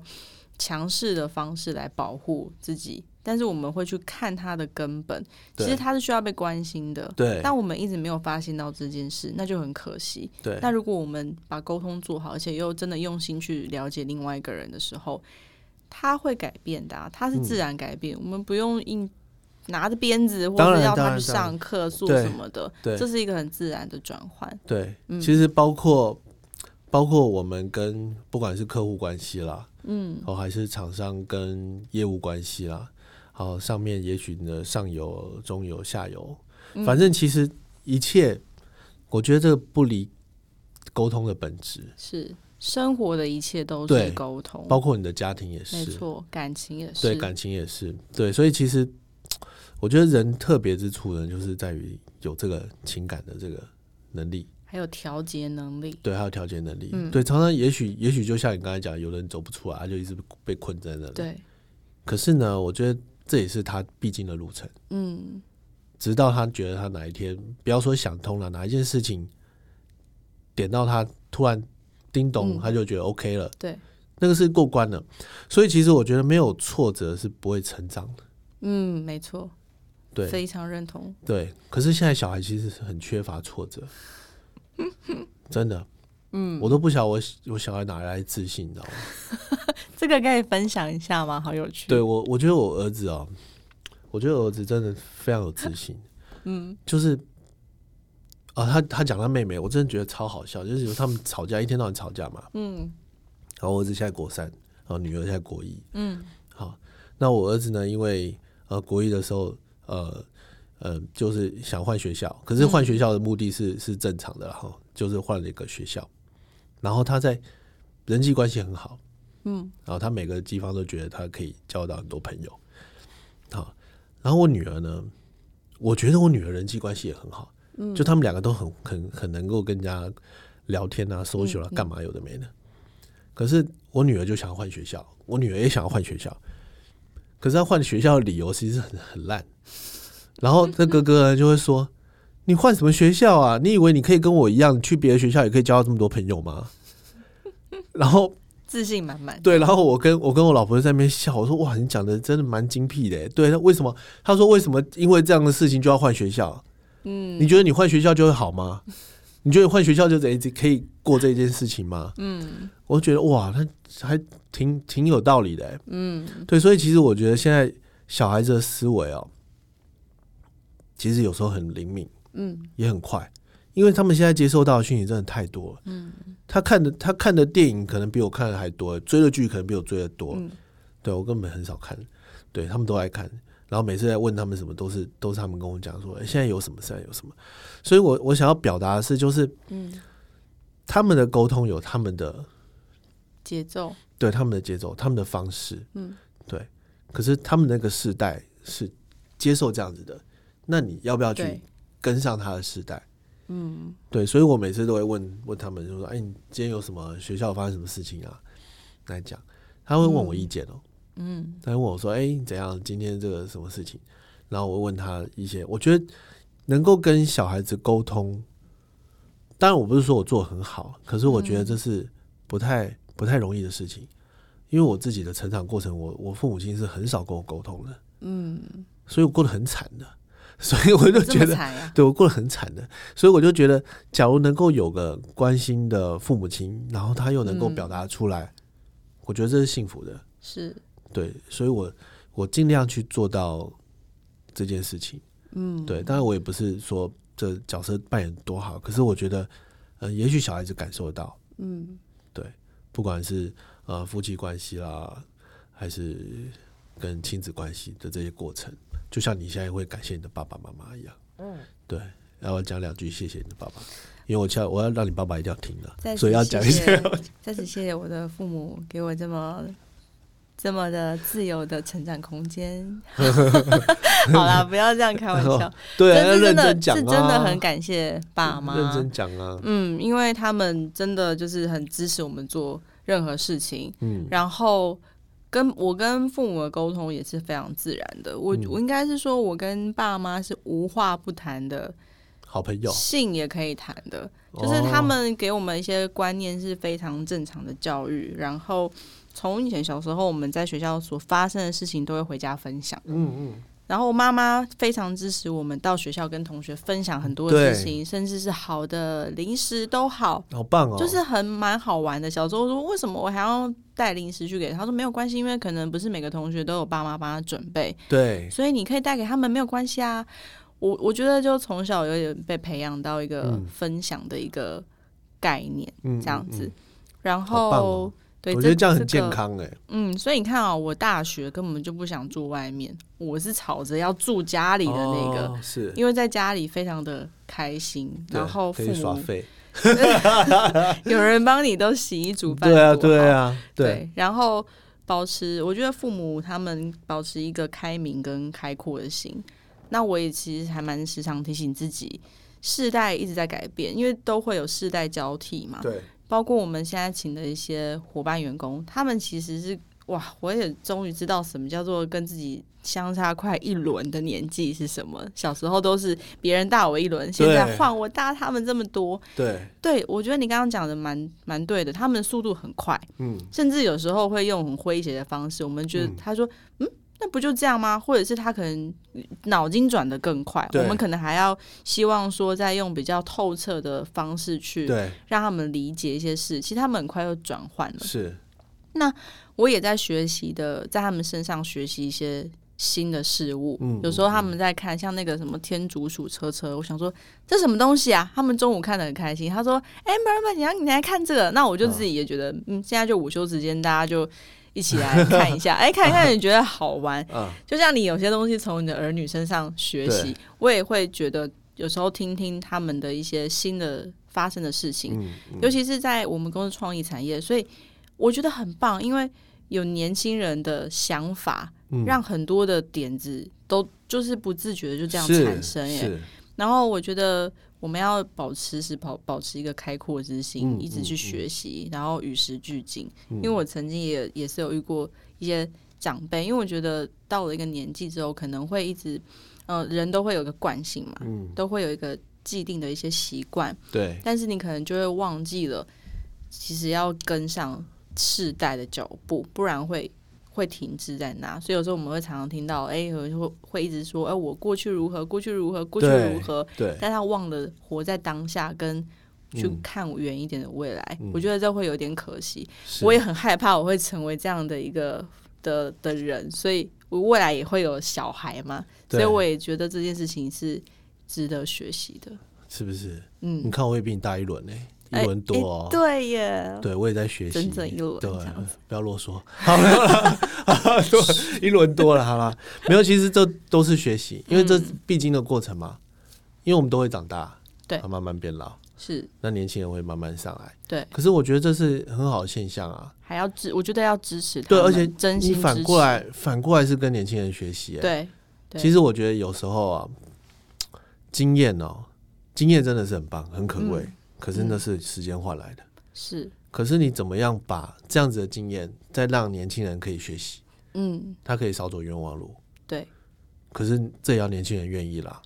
强势的方式来保护自己，但是我们会去看他的根本，其对实他是需要被关心的。对但我们一直没有发现到这件事，那就很可惜。对那如果我们把沟通做好，而且又真的用心去了解另外一个人的时候，他会改变的、啊，他是嗯自然改变，我们不用硬拿着鞭子或当者然要当他然去当然上课做对什么的，对这是一个很自然的转换。对，嗯其实包括包括我们跟不管是客户关系啦，嗯，哦，还是厂商跟业务关系啦，好，上面也许呢上游、中游、下游，嗯反正其实一切，我觉得这个不离沟通的本质，是生活的一切都对是沟通，包括你的家庭也没是，错，感情也是，对，感情也是，对，所以其实我觉得人特别之处呢，就是在于有这个情感的这个能力。还有调节能力。对，还有调节能力。嗯对，常常也许也许就像你刚才讲，有人走不出来，他就一直被困在那里。对，可是呢，我觉得这也是他必经的路程，嗯，直到他觉得他哪一天，不要说想通了，哪一件事情点到他突然叮咚，嗯他就觉得 OK 了，对，那个是过关了。所以其实我觉得没有挫折是不会成长的。嗯，没错，对非常认同。对，可是现在小孩其实是很缺乏挫 (laughs) 折，真的。嗯，我都不晓得我我小孩哪来的自信，你知道吗？这个可以分享一下吗？好有趣。对，我，我觉得我儿子哦，我觉得我儿子真的非常有自信。嗯，就是啊，他他讲他妹妹，我真的觉得超好笑。就是有他们吵架，一天到晚吵架嘛。嗯然后我儿子现在国三，然后女儿现在国一。嗯，好，那我儿子呢，因为呃国一的时候，呃呃，就是想换学校，可是换嗯学校的目的是、是正常的啦，然后就是换了一个学校。然后他在人际关系很好，嗯，然后他每个地方都觉得他可以交到很多朋友。好，然后我女儿呢，我觉得我女儿人际关系也很好，嗯，就他们两个都很很很能够跟人家聊天嗯啊、social 啊、干嘛有的没的。可是我女儿就想要换学校，我女儿也想要换学校，可是她换学校的理由其实很很烂。然后这哥哥呢就会说：“你换什么学校啊？你以为你可以跟我一样去别的学校也可以交到这么多朋友吗？” (laughs) 然后自信满满。对，然后我跟我跟我老婆在那边笑，我说哇，你讲的真的蛮精辟的耶。欸对，那为什么？他说为什么？因为这样的事情就要换学校？嗯，你觉得你换学校就会好吗？你觉得换学校就得可以过这件事情吗？嗯，我觉得哇，他还挺挺有道理的耶。嗯，对，所以其实我觉得现在小孩子的思维哦，其实有时候很灵敏，嗯，也很快，因为他们现在接受到的讯息真的太多了，嗯，他看的他看的电影可能比我看的还多，追的剧可能比我追的多，嗯对我根本很少看，对他们都爱看，然后每次在问他们什么，都是都是他们跟我讲说、哎现在有什么，现在有什么，所以我我想要表达的是，就是嗯，他们的沟通有他们的节奏。对他们的节奏、他们的方式，嗯，对。可是他们那个世代是接受这样子的，那你要不要去对跟上他的世代？嗯，对，所以我每次都会问问他们，就说：“哎，你今天有什么学校发生什么事情啊？”来讲，他会问我意见哦、嗯，他会问我说：“哎，你怎样？今天这个什么事情？”然后我会问他一些，我觉得能够跟小孩子沟通，当然我不是说我做得很好，可是我觉得嗯这是不太不太容易的事情，因为我自己的成长过程，我我父母亲是很少跟我沟通的， (laughs) 嗯，所以我过得很惨的，所以我就这觉么得惨啊呀、对我过得很惨的，所以我就觉得，假如能够有个关心的父母亲，然后他又能够嗯表达出来，我觉得这是幸福的。是，对，所以我我尽量去做到这件事情。嗯，对，当然我也不是说这角色扮演多好，可是我觉得，呃，也许小孩子感受得到，嗯，不管是呃夫妻关系啦，还是跟亲子关系的这些过程，就像你现在会感谢你的爸爸妈妈一样。嗯，对，要我讲两句谢谢你的爸爸，因为我叫我要让你爸爸一定要听在啊，此所以要讲一谢 (laughs) 些谢。在此谢谢我的父母给我这么这么的自由的成长空 (laughs) 间。 (laughs) 好啦，不要这样开玩笑，对啊，要但是认真的真讲啊，嗯是真的很感谢爸妈，认真讲啊，嗯，因为他们真的就是很支持我们做任何事情，嗯然后跟我跟父母的沟通也是非常自然的。我、嗯我应该是说，我跟爸妈是无话不谈的好朋友，性也可以谈的，就是他们给我们一些观念是非常正常的教育，然后从以前小时候我们在学校所发生的事情都会回家分享，嗯嗯，然后我妈妈非常支持我们到学校跟同学分享很多的事情，甚至是好的零食都好，好棒哦！就是很蛮好玩的。小时候说为什么我还要带零食去给他？他说没有关系，因为可能不是每个同学都有爸妈帮他准备，对，所以你可以带给他们没有关系啊。我我觉得就从小有点被培养到一个嗯分享的一个概念，嗯，这样子。嗯然好后、棒哦对，我觉得这样个很健康哎、嗯，所以你看啊、我大学根本就不想住外面，我是吵着要住家里的那个，哦是，因为在家里非常的开心，对然后可父以耍母废，有人帮你都洗 (laughs) 衣煮饭，对啊，多好对啊，对，对，然后保持，我觉得父母他们保持一个开明跟开阔的心。那我也其实还蛮时常提醒自己，世代一直在改变，因为都会有世代交替嘛。对，包括我们现在请的一些伙伴员工，他们其实是哇，我也终于知道什么叫做跟自己相差快一轮的年纪是什么。小时候都是别人大我一轮，现在对换我大他们这么多。对，对，我觉得你刚刚讲的蛮蛮对的，他们的速度很快。嗯，甚至有时候会用很诙谐的方式，我们觉得嗯他说，嗯那不就这样吗？或者是他可能脑筋转得更快，对我们可能还要希望说，再用比较透彻的方式去对，让他们理解一些事。其实他们很快就转换了。是，我也在学习的，在他们身上学习一些。新的事物，嗯有时候他们在看像那个什么天竺鼠车车，我想说这什么东西啊？他们中午看得很开心，他说：“哎、妹儿们，你要你来看这个。”那我啊就自己也觉得，嗯，现在就午休时间，大家就一起来 (laughs) 看一下，哎、看一看也觉得好玩。啊，就像你有些东西从你的儿女身上学习对，我也会觉得有时候听听他们的一些新的发生的事情，嗯，尤其是在我们公司创意产业，所以我觉得很棒，因为有年轻人的想法，嗯让很多的点子都就是不自觉的就这样是产生耶。是，然后我觉得我们要保持是保保持一个开阔之心，嗯一直去学习，然后与时俱进。嗯因为我曾经也也是有遇过一些长辈，因为我觉得到了一个年纪之后，可能会一直，呃，人都会有一个惯性嘛，嗯，都会有一个既定的一些习惯。对，但是你可能就会忘记了，其实要跟上世代的脚步，不然会会停滞在那。所以有时候我们会常常听到，哎、有人会会一直说，哎、我过去如何，过去如何，过去对如何，对，但他忘了活在当下，跟去嗯看远一点的未来。嗯我觉得这会有点可惜，是我也很害怕我会成为这样的一个的的人，所以我未来也会有小孩嘛，所以对我也觉得这件事情是值得学习的。是不是？嗯你，看我也比你大一轮呢、哎一轮多、哦诶对耶，对，我也在学习，整整一轮对这样子，不要啰嗦，好，没有啦， (laughs) 对，一轮多了，好啦，没有，其实这都是学习，因为这嗯必经的过程嘛，因为我们都会长大，对啊慢慢变老，是那年轻人会慢慢上来，对，可是我觉得这是很好的现象啊，还要支，我觉得要支持他对，们而且真你心反支持过，来，反过来是跟年轻人学习、欸，对对其实我觉得有时候啊，经验哦，经验真的是很棒，很可贵，嗯可是那是时间换来的。是，可是你怎么样把这样子的经验，再让年轻人可以学习，嗯，他可以少走冤枉路。对，可是这也要年轻人愿意啦。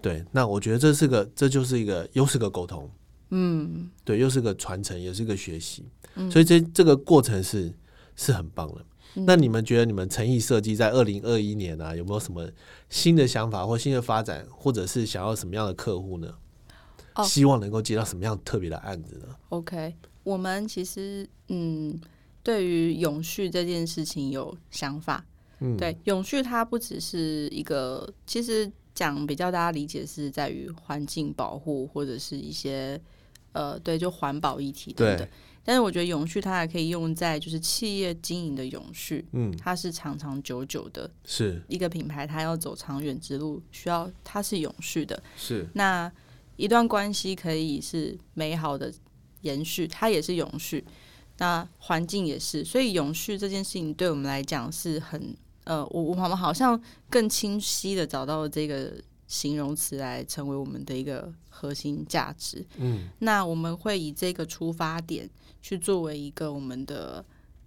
对，那我觉得这是个，这就是一个，又是个沟通，嗯对，又是个传承，也是个学习。嗯所以这这个过程是是很棒的。那你们觉得你们诚意设计在二零二一年啊，有没有什么新的想法或新的发展，或者是想要什么样的客户呢？哦希望能够接到什么样特别的案子呢？ ，OK，我们其实嗯，对于永续这件事情有想法，嗯，对，永续它不只是一个，其实讲比较大家理解是在于环境保护或者是一些呃，对，就环保议题等等对。但是我觉得永续它还可以用在就是企业经营的永续，嗯，它是长长久久的，是一个品牌它要走长远之路，需要它是永续的。是，那一段关系可以是美好的延续，它也是永续。那环境也是，所以永续这件事情对我们来讲是很呃，我我们好像更清晰的找到了这个形容词来成为我们的一个核心价值。嗯，那我们会以这个出发点去作为一个我们的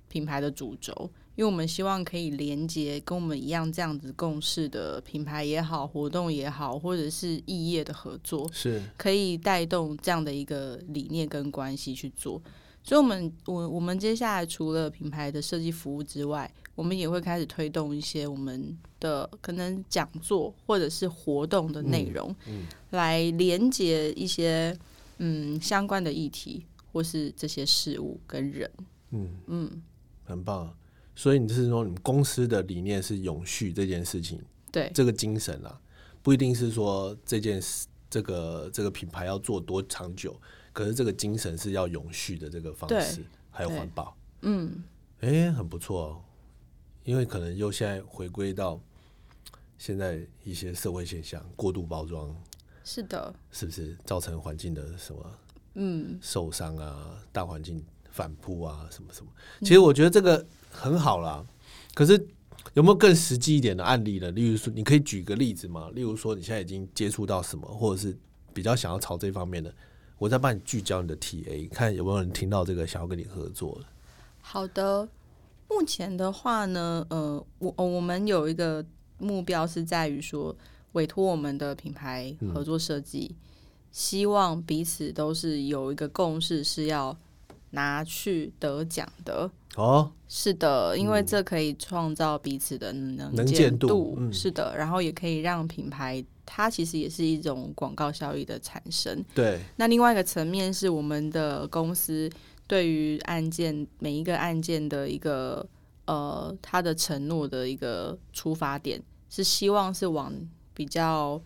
品牌的主轴，因为我们希望可以连接跟我们一样这样子共事的品牌也好、活动也好，或者是异业的合作，是可以带动这样的一个理念跟关系去做。所以，我们我我们接下来除了品牌的设计服务之外，我们也会开始推动一些我们的可能讲座或者是活动的内容，来连接一些嗯相关的议题或是这些事物跟人。嗯，嗯，很棒啊。所以你是说你们公司的理念是永续这件事情，对，这个精神啊，不一定是说这件事这个这个品牌要做多长久，可是这个精神是要永续的这个方对式，还有对环保。嗯。哎、很不错哦，因为可能又现在回归到现在一些社会现象，过度包装是的，是不是造成环境的什么嗯，受伤啊，大环境反扑啊，什么什么？其实我觉得这个很好啦，可是有没有更实际一点的案例呢？例如说，你可以举个例子吗？例如说，你现在已经接触到什么，或者是比较想要朝这方面的，我再帮你聚焦你的 TA，看有没有人听到这个想要跟你合作的。好的。目前的话呢，呃，我呃我们有一个目标是在于说，委托我们的品牌合作设计，嗯希望彼此都是有一个共识，是要拿去得奖的。哦，是的，因为这可以创造彼此的能嗯能见见度嗯是的，然后也可以让品牌它其实也是一种广告效益的产生。对，那另外一个层面是我们的公司对于案件每一个案件的一个呃，它的承诺的一个出发点是希望是往比较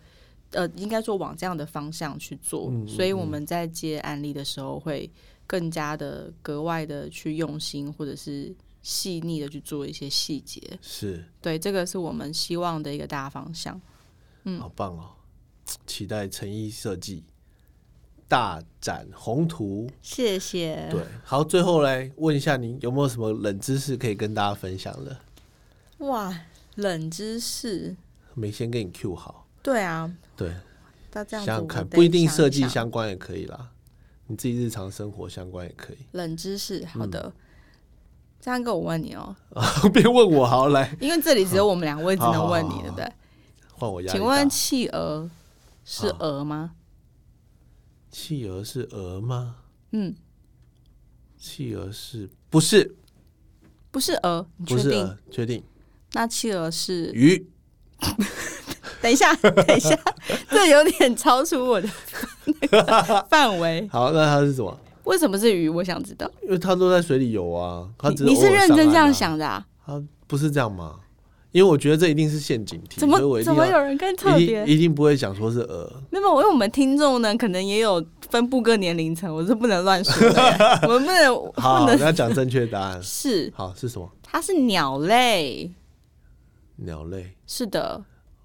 呃，应该说往这样的方向去做，嗯嗯所以我们在接案例的时候会更加的格外的去用心，或者是细腻的去做一些细节。是，对，这个是我们希望的一个大方向。嗯好棒哦！期待诚意设计大展宏图。谢谢。对，好，最后来问一下您有没有什么冷知识可以跟大家分享的？哇，冷知识。没先给你 Q 好，对啊，对，那这样想子想看，我得不一定设计想想相关也可以啦，你自己日常生活相关也可以。 (laughs) 冷知嗯识。好的，这样哥，我问你哦，别问我，好，来因为这里只有我们两个，我也只好好能好问你，好对不对？换我压力大。请问企鹅是鹅吗？企鹅是鹅吗？嗯，企鹅是不是？不是鹅，你不确是定？鹅，确定那企鹅是？鱼。等一下， (laughs) 等一下，这有点超出我的那个范围。好，那它是什么？为什么是鱼？我想知道。因为它都在水里游啊，它只你你偶尔是认上真岸这样啊？想的啊？它不是这样吗？因为我觉得这一定是陷阱题，怎所以我么一怎定么有要人更特一定别？一定不会讲说是鹅。那么，因为我们听众呢，可能也有分布各年龄层，我是不能乱说 (laughs) 的，我们不能好，不那能。要讲正确答案 (laughs) 是好是什么？它是鸟类，鸟类。是的，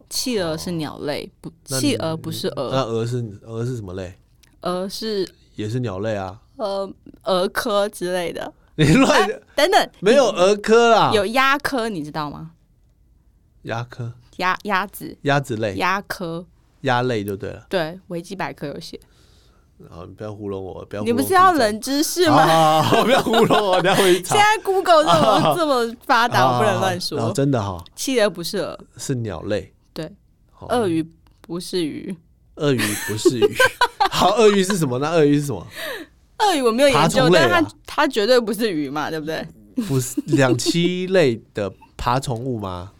企鹅是鸟类，不，那企你呃鹅不是鹅，那鹅是鹅是什么类？鹅是也是鸟类啊。 (laughs) 呃鹅科之类的。哎你乱等等，没有鹅科啦，啊有鸭科，你知道吗？鸭科、鸭鸭子，鸭子类、鸭科，鸭类就对了。对，维基百科有写。好，你不要糊弄我，不要糊你弄不是要听众冷知识好 (laughs) 吗？好好，好不要糊弄我，等一下回去查 (laughs) 现。在 Google 这啊么这么发好达，我不能好乱好说。真的哈，企鹅不是鹅，是鸟类。对，好鳄鱼不是鱼，鳄鱼不是鱼。 (laughs) 好，鳄鱼是什么？那鳄鱼是什么？鳄鱼我没有研爬究，虫类但它啊它绝对不是鱼嘛，对不对？不是两栖类的爬虫物 (laughs) 吗？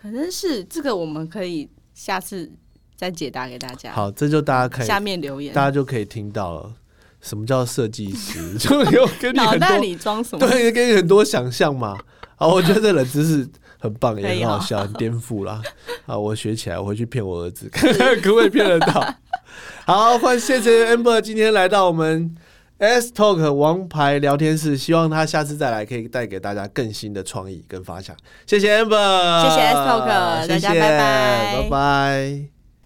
可能是这个，我们可以下次再解答给大家。好，这就大家看一下下面留言大，家就可以听到了，什么叫设计师， (laughs) 就有跟你脑很袋多里装什么？对，跟你很多想象 (laughs) 嘛。啊，我觉得这冷知识很棒，也可以很好哦笑，很颠覆 (laughs) 啦。啊，我学起来，我回去骗我儿子，看看可不可以骗得到。好，欢谢谢 Amber 今天来到我们 S Talk 王牌聊天室，希望他下次再来可以带给大家更新的创意跟发想。谢谢 Amber，谢谢 S Talk，大家谢谢拜拜拜拜。